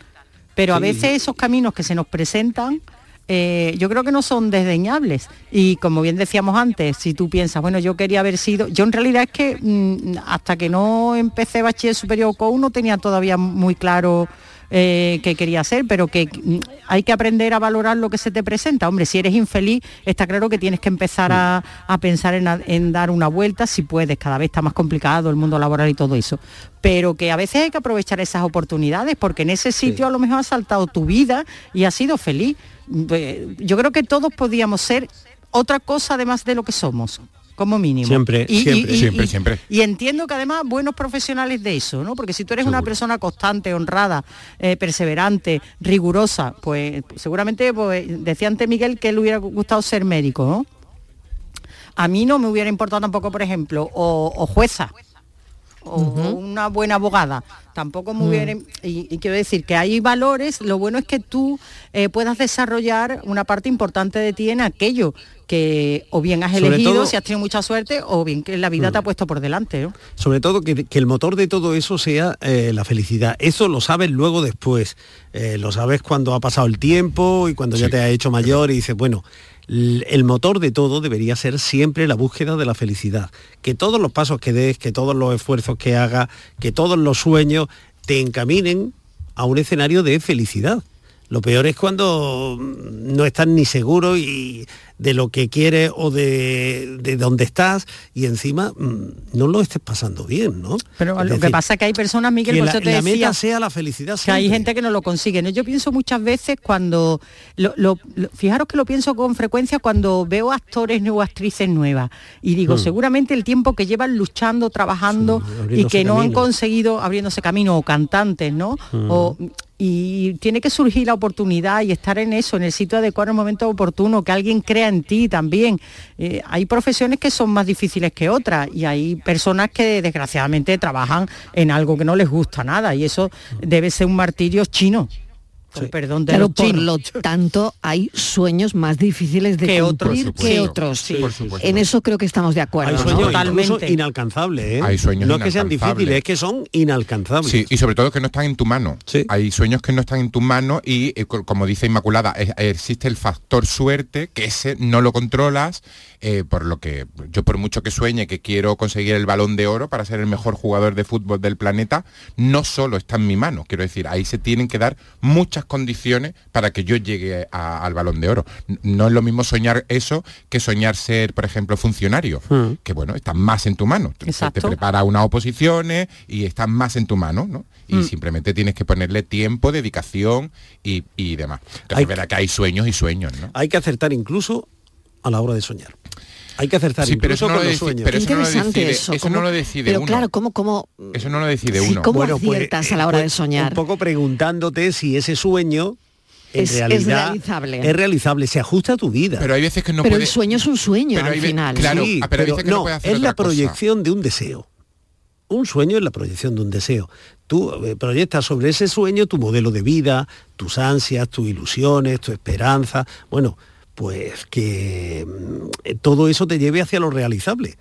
Speaker 8: Pero a
Speaker 6: Sí.
Speaker 8: veces esos caminos que se nos presentan, eh, yo creo que no son desdeñables. Y como bien decíamos antes, si tú piensas, bueno, yo quería haber sido, yo en realidad es que mm, hasta que no empecé bachiller superior con no tenía todavía muy claro eh, qué quería hacer, pero que mm, hay que aprender a valorar lo que se te presenta. Hombre, si eres infeliz, está claro que tienes que empezar a, a pensar en, a- en dar una vuelta, si puedes, cada vez está más complicado el mundo laboral y todo eso. Pero que a veces hay que aprovechar esas oportunidades, porque en ese sitio a lo mejor has saltado tu vida y has sido feliz. Eh, Yo creo que todos podíamos ser otra cosa además de lo que somos. Como mínimo.
Speaker 9: Siempre, siempre. Siempre,
Speaker 8: y-
Speaker 9: siempre.
Speaker 8: y entiendo que además buenos profesionales de eso, ¿no? Porque si tú eres una persona constante, honrada, eh, perseverante, rigurosa, pues seguramente, pues, decía antes Miguel que le hubiera gustado ser médico, ¿no? A mí no me hubiera importado tampoco, por ejemplo, o, o jueza. o una buena abogada. Tampoco muy
Speaker 6: Mm.
Speaker 8: bien, y, y quiero decir que hay valores, lo bueno es que tú eh, puedas desarrollar una parte importante de ti en aquello que o bien has
Speaker 6: Sobre
Speaker 8: elegido,
Speaker 6: todo- Mm.
Speaker 8: si has tenido mucha suerte, o bien que la vida te ha puesto por delante. ¿no?
Speaker 6: Sobre todo que, que el motor de todo eso sea eh, la felicidad. Eso lo sabes luego después. Eh, lo sabes cuando ha pasado el tiempo y cuando ya te has hecho mayor y dices, bueno, l- el motor de todo debería ser siempre la búsqueda de la felicidad. Que todos los pasos que des, que todos los esfuerzos que hagas, que todos los sueños te encaminen a un escenario de felicidad. Lo peor es cuando mm, no estás ni seguro y de lo que quieres o de, de dónde estás y encima mm, no lo estés pasando bien, ¿no?
Speaker 8: Pero
Speaker 6: Es
Speaker 8: lo que
Speaker 6: decir,
Speaker 8: pasa es que hay personas, Miguel,
Speaker 6: que
Speaker 8: por
Speaker 6: la-
Speaker 8: eso te
Speaker 6: la
Speaker 8: decía,
Speaker 6: meta sea la felicidad.
Speaker 8: que hay
Speaker 6: siempre.
Speaker 8: gente que no lo consigue. ¿no? Yo pienso muchas veces cuando, lo- lo- lo- fijaros que lo pienso con frecuencia cuando veo actores o actrices nuevas y digo,
Speaker 23: Mm.
Speaker 8: seguramente el tiempo que llevan luchando, trabajando y
Speaker 23: abriéndose
Speaker 8: que no han
Speaker 23: camino.
Speaker 8: conseguido abriéndose camino o cantantes, ¿no?
Speaker 23: Mm.
Speaker 8: O- y tiene que surgir la oportunidad y estar en eso, en el sitio adecuado, en el momento oportuno, que alguien crea en ti también. Eh, hay profesiones que son más difíciles que otras y hay personas que desgraciadamente trabajan en algo que no les gusta nada y eso debe ser un martirio chino. Con perdón de
Speaker 5: Claro,
Speaker 8: los
Speaker 5: por
Speaker 8: chinos.
Speaker 5: lo tanto, hay sueños más difíciles de
Speaker 8: Que otros.
Speaker 5: cumplir
Speaker 8: Por
Speaker 5: que
Speaker 8: supuesto.
Speaker 5: otros.
Speaker 8: Sí, por supuesto.
Speaker 5: En eso creo que estamos de acuerdo.
Speaker 6: Hay
Speaker 5: ¿no?
Speaker 6: sueños incluso inalcanzables, ¿eh?
Speaker 9: Hay sueños
Speaker 6: No es que sean
Speaker 9: inalcanzables.
Speaker 6: difíciles, es que son inalcanzables.
Speaker 9: Sí, y sobre todo que no están en tu mano. Hay sueños que no están en tu mano y, eh, co- como dice Inmaculada, es- existe el factor suerte, que ese no lo controlas, eh, por lo que yo por mucho que sueñe que quiero conseguir el balón de oro para ser el mejor jugador de fútbol del planeta, no solo está en mi mano, quiero decir, ahí se tienen que dar muchas condiciones para que yo llegue a- al balón de oro. N- No es lo mismo soñar eso que soñar ser, por ejemplo, funcionario,
Speaker 5: Mm.
Speaker 9: que bueno, está más en tu mano. Te- Te,
Speaker 8: Exacto.
Speaker 9: prepara unas oposiciones y estás más en tu mano, ¿no? Y
Speaker 8: Mm.
Speaker 9: simplemente tienes que ponerle tiempo, dedicación y, y demás. Entonces verá que hay sueños y sueños, ¿no?
Speaker 6: Hay que acertar incluso a la hora de soñar. Hay que acertar
Speaker 9: Sí, pero
Speaker 6: incluso
Speaker 9: eso no
Speaker 6: con
Speaker 9: lo
Speaker 6: los
Speaker 9: deci-
Speaker 6: sueños.
Speaker 9: pero eso no lo
Speaker 5: Interesante
Speaker 9: decide-
Speaker 5: eso.
Speaker 9: eso
Speaker 5: ¿cómo?
Speaker 9: no lo decide
Speaker 5: Pero
Speaker 9: uno.
Speaker 5: claro, ¿cómo, cómo
Speaker 9: Eso no lo decide
Speaker 5: Mm. Sí,
Speaker 9: uno.
Speaker 5: ¿cómo Bueno, pues, aciertas a la hora de soñar?
Speaker 6: eh, Un poco preguntándote si ese sueño en
Speaker 5: Es- es
Speaker 6: realidad
Speaker 5: realizable.
Speaker 6: es realizable, se ajusta a tu vida.
Speaker 9: Pero hay veces que no
Speaker 5: pero el sueño es un sueño al final.
Speaker 6: Sí, pero no, es la proyección de un deseo. Un sueño es la proyección de un deseo. Tú eh, proyectas sobre ese sueño tu modelo de vida, tus ansias, tus ilusiones, tu esperanza. Bueno, pues que mm, eh, todo eso te lleve hacia lo realizable.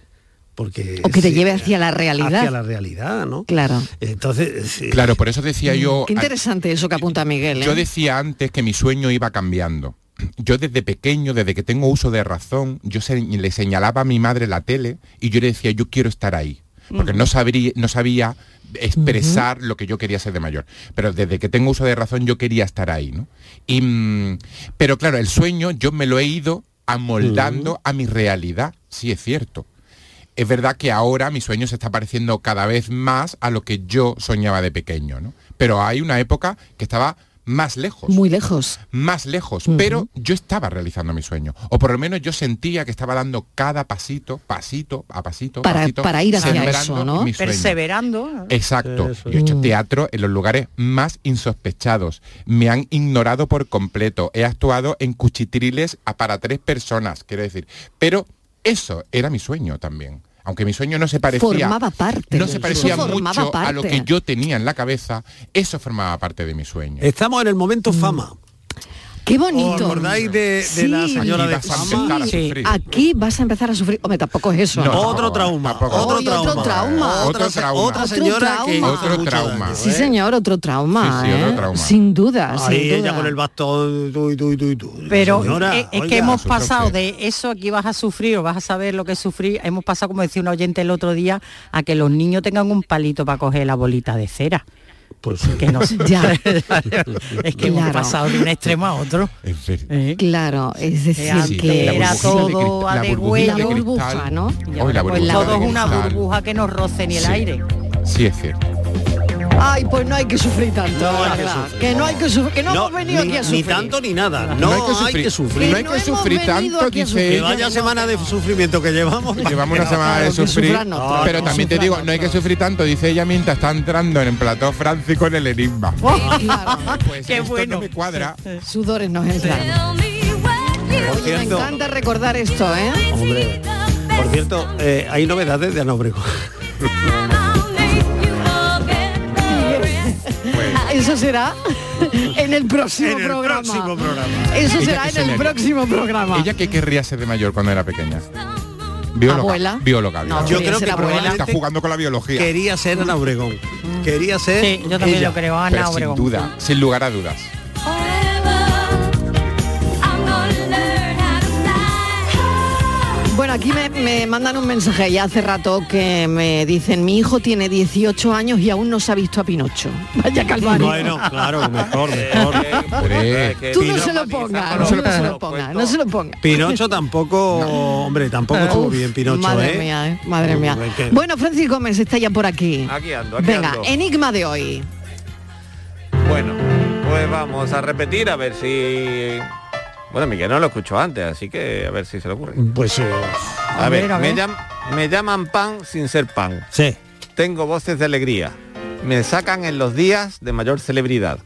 Speaker 6: Porque
Speaker 5: O que te
Speaker 6: sí,
Speaker 5: lleve hacia la realidad.
Speaker 6: hacia la realidad, ¿no?
Speaker 5: Claro.
Speaker 6: Entonces, eh,
Speaker 9: Claro, por eso decía yo...
Speaker 5: Mm. Qué interesante eso que apunta Miguel. ¿eh?
Speaker 9: Yo decía antes que mi sueño iba cambiando. Yo desde pequeño, desde que tengo uso de razón, yo se- le señalaba a mi madre la tele y yo le decía, yo quiero estar ahí.
Speaker 5: Mm.
Speaker 9: Porque no, sabría, no sabía expresar lo que yo quería ser de mayor. Pero desde que tengo uso de razón yo quería estar ahí, ¿no? Y, mm, pero claro, el sueño yo me lo he ido amoldando a mi realidad, sí es cierto. Es verdad que ahora mi sueño se está pareciendo cada vez más a lo que yo soñaba de pequeño, ¿no? Pero hay una época que estaba más lejos
Speaker 5: Muy lejos.
Speaker 9: más lejos, pero yo estaba realizando mi sueño. O por lo menos yo sentía que estaba dando cada pasito, pasito a pasito,
Speaker 5: Para-
Speaker 9: pasito,
Speaker 5: para ir hacia
Speaker 9: sembrando
Speaker 5: eso, ¿no? Mm.
Speaker 9: mi sueño.
Speaker 8: Perseverando.
Speaker 9: Exacto. Yo he hecho teatro en los lugares más insospechados. Me han ignorado por completo. He actuado en cuchitriles a- para tres personas, quiero decir. Pero eso era mi sueño también. Aunque mi sueño no se parecía,
Speaker 5: Formaba parte
Speaker 9: no
Speaker 5: del
Speaker 9: se parecía
Speaker 5: sueño. Formaba
Speaker 9: mucho a lo
Speaker 5: parte.
Speaker 9: que yo tenía en la cabeza, eso formaba parte de mi sueño.
Speaker 6: estamos en el momento fama.
Speaker 5: Qué bonito.
Speaker 6: ¿Os acordáis de, de la
Speaker 5: Sí.
Speaker 6: señora de
Speaker 9: Aquí vas a empezar
Speaker 6: fama?
Speaker 9: a Sí. sufrir.
Speaker 5: Aquí vas a empezar a sufrir. Hombre, tampoco es eso.
Speaker 6: No,
Speaker 5: ¿no?
Speaker 6: otro trauma, otro
Speaker 5: Hoy
Speaker 6: trauma.
Speaker 5: otro trauma.
Speaker 9: Otro
Speaker 6: se-
Speaker 9: trauma.
Speaker 6: Otra señora
Speaker 5: Otro
Speaker 6: que
Speaker 5: trauma.
Speaker 6: hizo mucho daño,
Speaker 5: Sí,
Speaker 6: ¿eh?
Speaker 5: señor, otro trauma.
Speaker 6: Sí, sí, otro
Speaker 5: ¿eh?
Speaker 6: trauma.
Speaker 5: Sin duda,
Speaker 6: Ahí
Speaker 5: sin
Speaker 6: ella
Speaker 5: duda.
Speaker 6: con el bastón, tú, y tú, y tú, y tú.
Speaker 8: Pero
Speaker 6: Señora,
Speaker 8: es, es
Speaker 6: oiga,
Speaker 8: que hemos
Speaker 6: su
Speaker 8: pasado
Speaker 6: trofe.
Speaker 8: de eso aquí vas a sufrir o vas a saber lo que es sufrir, hemos pasado, como decía una oyente el otro día, a que los niños tengan un palito para coger la bolita de cera. que no sé.
Speaker 5: Ya.
Speaker 8: es que hemos
Speaker 5: Claro.
Speaker 8: pasado de un extremo a otro. ¿Eh?
Speaker 5: Claro, es decir,
Speaker 8: antes
Speaker 5: que
Speaker 8: era todo a de
Speaker 5: la
Speaker 8: huello.
Speaker 5: burbuja, ¿no?
Speaker 8: Y
Speaker 9: Hoy
Speaker 8: ahora,
Speaker 9: la
Speaker 8: pues,
Speaker 9: burbuja
Speaker 8: todo
Speaker 9: de
Speaker 8: es una
Speaker 9: cristal.
Speaker 8: burbuja que nos roce ni el
Speaker 9: Sí.
Speaker 8: aire.
Speaker 9: Sí es cierto.
Speaker 5: Ay, pues no hay que sufrir tanto,
Speaker 6: No hay
Speaker 5: la
Speaker 6: que
Speaker 5: verdad.
Speaker 6: sufrir.
Speaker 5: Que no hay que sufrir, que no, hemos venido
Speaker 6: ni,
Speaker 5: aquí a
Speaker 6: ni
Speaker 5: sufrir.
Speaker 6: tanto ni nada. No, hay que sufrir.
Speaker 5: Que no hemos venido aquí a sufrir.
Speaker 6: Que vaya semana de sufrimiento que llevamos.
Speaker 9: Llevamos una semana de sufrir, pero también te digo, no hay que sufrir tanto, dice ella mientras está entrando en el plató francisco en el enigma.
Speaker 5: Sí, Oh, claro.
Speaker 9: Qué bueno. me cuadra.
Speaker 5: Sudores nos entran. Oye, me
Speaker 6: cierto.
Speaker 5: encanta recordar esto, ¿eh?
Speaker 6: Hombre, por cierto, eh, hay novedades de Ana Obregón.
Speaker 5: Eso será en el próximo
Speaker 6: En el
Speaker 5: programa.
Speaker 6: próximo programa.
Speaker 5: Eso
Speaker 9: Ella
Speaker 5: será
Speaker 9: que
Speaker 5: en
Speaker 9: se
Speaker 5: el
Speaker 9: le-
Speaker 5: próximo programa.
Speaker 9: ¿Ella qué querría ser de mayor cuando era pequeña? Bióloga.
Speaker 5: Abuela.
Speaker 9: Bióloga.
Speaker 5: No,
Speaker 9: bióloga.
Speaker 5: Yo quería creo ser que abuela.
Speaker 9: está
Speaker 5: probablemente
Speaker 9: jugando con la biología.
Speaker 6: Quería ser Ana Obregón. Quería ser.
Speaker 8: Sí, yo también
Speaker 6: ella.
Speaker 8: lo creo, Ana
Speaker 9: Pero
Speaker 8: Obregón.
Speaker 9: Sin duda, sin lugar a dudas.
Speaker 5: Bueno, aquí me, me mandan un mensaje ya hace rato que me dicen, mi hijo tiene 18 años y aún no se ha visto a Pinocho.
Speaker 6: Eh,
Speaker 5: Vaya calvario.
Speaker 6: Bueno, claro, mejor, mejor.
Speaker 5: Tú no se lo pongas, no se lo pongas, no se lo pongas.
Speaker 6: Pinocho tampoco, hombre, tampoco estuvo
Speaker 5: Uf,
Speaker 6: bien Pinocho,
Speaker 5: madre
Speaker 6: ¿eh?
Speaker 5: mía, eh, madre mía.
Speaker 6: Uy, que-
Speaker 5: Bueno, Francisco Gómez está ya por aquí.
Speaker 23: Aquí ando, aquí
Speaker 5: Venga,
Speaker 23: ando.
Speaker 5: enigma de hoy.
Speaker 23: Bueno, pues vamos a repetir a ver si... Bueno, Miguel no lo escuchó antes, así que a ver si se le ocurre.
Speaker 6: Pues eh,
Speaker 23: A, ver, Me, llam- me llaman pan sin ser pan.
Speaker 6: Sí.
Speaker 23: Tengo voces de alegría. Me sacan en los días de mayor celebridad.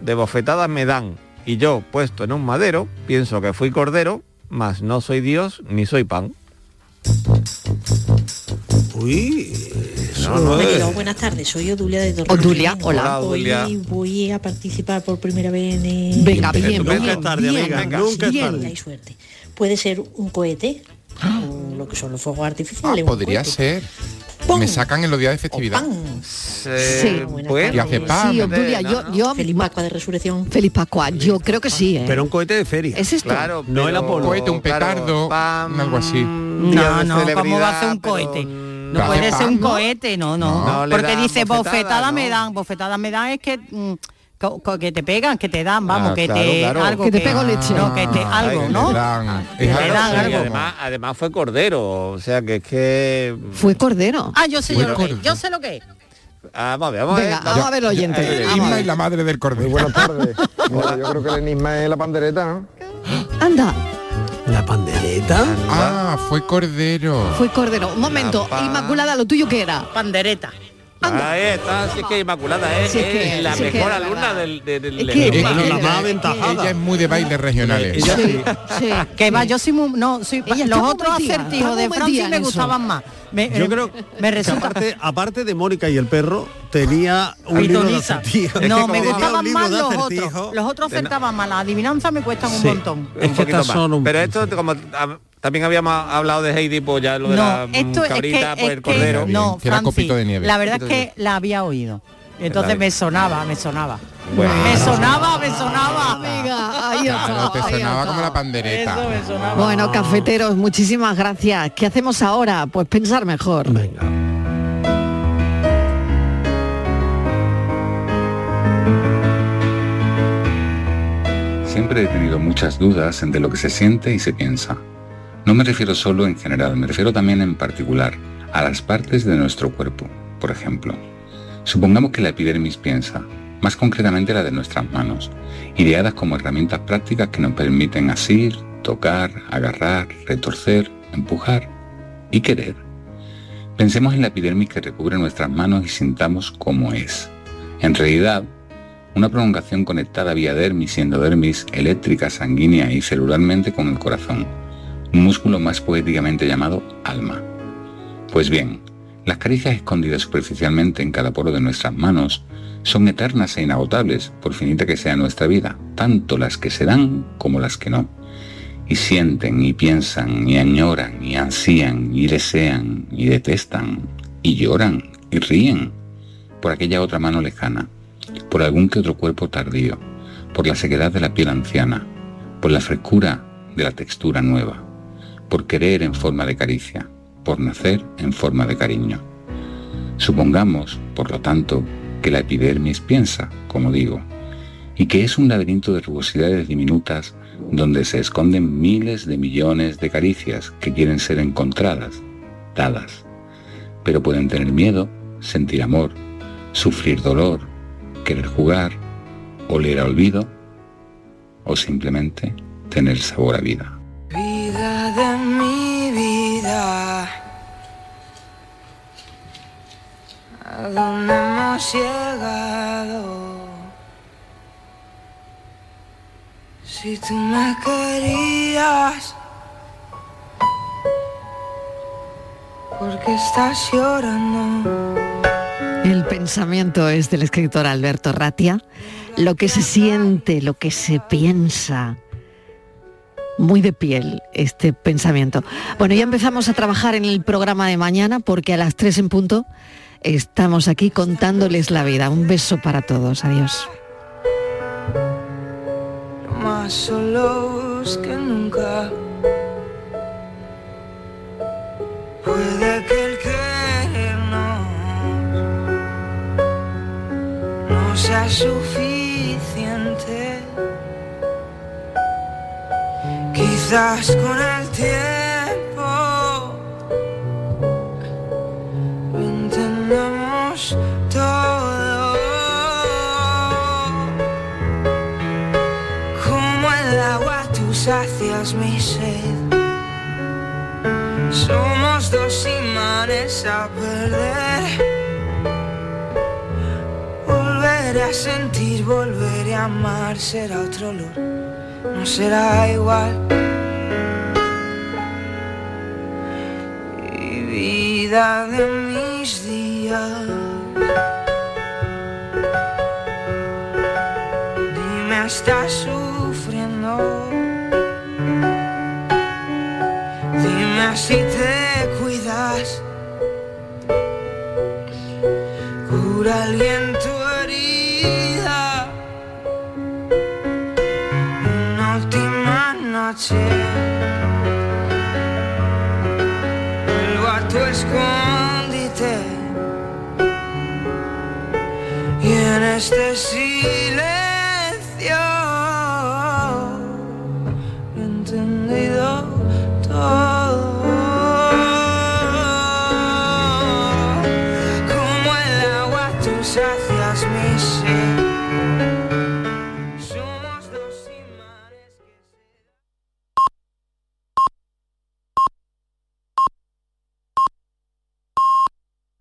Speaker 23: De bofetadas me dan. Y yo, puesto en un madero, pienso que fui cordero, mas no soy Dios ni soy pan.
Speaker 6: Uy,
Speaker 23: no, no es.
Speaker 10: Hola, buenas tardes, soy Odulia de Torrejón.
Speaker 23: Odulia, hola. Hola, Odulia.
Speaker 10: Hoy voy a participar por primera vez en... el-
Speaker 23: Venga, bien, Estupendo. bien, Nunca es tarde,
Speaker 10: bien,
Speaker 23: amiga, venga. nunca es
Speaker 10: bien.
Speaker 23: tarde.
Speaker 10: Hay suerte. Puede ser un cohete,
Speaker 23: Ah.
Speaker 10: o lo que son los fuegos
Speaker 9: Ah,
Speaker 10: artificiales. un
Speaker 9: podría
Speaker 10: cohete.
Speaker 9: ser. Me sacan en los días de festividad.
Speaker 5: Eh,
Speaker 10: Sí.
Speaker 9: Eh, pues, Y hace pan.
Speaker 5: sí, Obdulia, yo, yo
Speaker 10: Feliz Pascua de Resurrección.
Speaker 5: Feliz Pascua, yo creo que sí, ¿eh?
Speaker 6: Pero un cohete de feria.
Speaker 5: ¿Es esto?
Speaker 23: Claro,
Speaker 6: No el Apolo.
Speaker 9: cohete, un petardo, algo así.
Speaker 8: No, no, ¿cómo va a ser un cohete? No puede ser un cohete, no, no.
Speaker 9: No. No le
Speaker 8: Porque
Speaker 9: dan
Speaker 8: dice
Speaker 9: bofetada,
Speaker 8: bofetada,
Speaker 9: ¿no?
Speaker 8: me dan, bofetada me dan es que mm, co- co- que te pegan, que te dan, vamos,
Speaker 23: Ah,
Speaker 8: que
Speaker 23: claro,
Speaker 8: te
Speaker 23: claro. Ah.
Speaker 8: algo
Speaker 23: Que te pego leche.
Speaker 8: No, que te algo, ¿no?
Speaker 23: Es
Speaker 8: Le
Speaker 23: algo,
Speaker 8: dan
Speaker 23: sí,
Speaker 8: algo.
Speaker 23: Además, además fue cordero, o sea que es que...
Speaker 5: Fue cordero.
Speaker 8: Ah, yo sé yo
Speaker 23: Bueno,
Speaker 8: lo que, es, yo sé lo que. es.
Speaker 23: Ah, vamos, vamos
Speaker 8: Venga,
Speaker 23: a ver.
Speaker 8: vamos a ver, oyente,
Speaker 23: eh,
Speaker 8: vamos a ver.
Speaker 23: y la
Speaker 9: madre del cordero.
Speaker 23: buenas tardes.
Speaker 24: Bueno, yo creo que el enigma es la pandereta, ¿no?
Speaker 5: Anda,
Speaker 6: La pandereta.
Speaker 9: Ah, fue cordero.
Speaker 5: fue cordero. Un momento,
Speaker 9: pa-
Speaker 5: Inmaculada, lo tuyo que era.
Speaker 8: Pandereta.
Speaker 23: Ahí está, así que Inmaculada es,
Speaker 5: Sí, es
Speaker 23: es
Speaker 5: que-
Speaker 23: la
Speaker 5: sí, es que
Speaker 23: mejor
Speaker 5: la
Speaker 23: alumna del, del, del-
Speaker 9: que-
Speaker 23: del-
Speaker 9: Es que-
Speaker 23: del-
Speaker 9: más Ella es muy de bailes regionales.
Speaker 8: que va, yo soy muy, no, soy,
Speaker 5: Ella
Speaker 8: los
Speaker 5: está muy
Speaker 8: otros
Speaker 5: metida, está
Speaker 8: acertijos
Speaker 5: muy
Speaker 8: de
Speaker 5: metida
Speaker 8: Francis
Speaker 5: en
Speaker 8: me
Speaker 5: eso.
Speaker 8: gustaban más. Me,
Speaker 6: Yo
Speaker 8: eh,
Speaker 6: creo
Speaker 8: me
Speaker 6: que
Speaker 8: resulta
Speaker 6: aparte, aparte de Mónica y el perro, tenía un libro de
Speaker 8: Pitoniza.
Speaker 6: acertijos.
Speaker 8: No, me
Speaker 6: Tenía un
Speaker 8: gustaban
Speaker 6: libro
Speaker 8: más
Speaker 6: de
Speaker 8: los
Speaker 6: acertijos.
Speaker 8: otros. Los otros
Speaker 23: De na-
Speaker 8: acertaban más. Las adivinanzas me cuestan un
Speaker 23: Sí.
Speaker 8: montón.
Speaker 23: un poquito más. Pero esto, como ah, también habíamos hablado de Heidi, pues ya lo de la mm,
Speaker 8: esto es que-
Speaker 23: cabrita, pues
Speaker 8: es
Speaker 23: el
Speaker 8: que-
Speaker 23: cordero.
Speaker 8: no, Francis, La verdad es que la había oído. Entonces
Speaker 23: había-
Speaker 8: me sonaba, me sonaba.
Speaker 9: Bueno.
Speaker 8: Me sonaba, me sonaba.
Speaker 5: Amiga, ahí
Speaker 9: Claro,
Speaker 5: está,
Speaker 9: te
Speaker 5: ahí
Speaker 9: sonaba
Speaker 5: está.
Speaker 9: como la pandereta.
Speaker 5: Bueno, cafeteros, muchísimas gracias. ¿Qué hacemos ahora? Pues pensar mejor.
Speaker 21: Siempre he tenido muchas dudas entre lo que se siente y se piensa. No me refiero solo en general, me refiero también en particular a las partes de nuestro cuerpo, por ejemplo. Supongamos que la epidermis piensa, más concretamente la de nuestras manos, ideadas como herramientas prácticas que nos permiten asir, tocar, agarrar, retorcer, empujar y querer. Pensemos en la epidermis que recubre nuestras manos y sintamos cómo es. En realidad, una prolongación conectada vía dermis y endodermis eléctrica, sanguínea y celularmente con el corazón, un músculo más poéticamente llamado alma. Pues bien, las caricias escondidas superficialmente en cada poro de nuestras manos son eternas e inagotables, por finita que sea nuestra vida, tanto las que se dan como las que no. Y sienten, y piensan, y añoran, y ansían, y desean, y detestan, y lloran, y ríen, por aquella otra mano lejana por algún que otro cuerpo tardío, por la sequedad de la piel anciana, por la frescura de la textura nueva, por querer en forma de caricia, por nacer en forma de cariño. Supongamos, por lo tanto, que la epidermis piensa, como digo, y que es un laberinto de rugosidades diminutas donde se esconden miles de millones de caricias que quieren ser encontradas, dadas, pero pueden tener miedo, sentir amor, sufrir dolor, querer jugar, oler a olvido o simplemente tener sabor a vida.
Speaker 2: Vida de mi vida. ¿A dónde hemos llegado? Si tú me querías, ¿por qué estás llorando?
Speaker 5: El El pensamiento es del escritor Alberto Ratia. Lo que se siente, lo que se piensa. Muy de piel este pensamiento. Bueno, ya empezamos a trabajar en el programa de mañana porque a las 3 en punto estamos aquí contándoles la vida. Un beso para todos. Adiós.
Speaker 19: más solos que nunca. Puede que el querernos no sea suficiente. Quizás con el tiempo lo entendamos todo. Como el agua tú sacias mi sed. Somos dos imanes a perder. Volveré a sentir, volveré a amar, será otro olor, no será igual. Y vida de mis días. Dime, ¿estás sufriendo? Dime si te cuidas. Cura alguien tu herida. Una última noche. Vuelvo a tu escondite. Y en este silencio.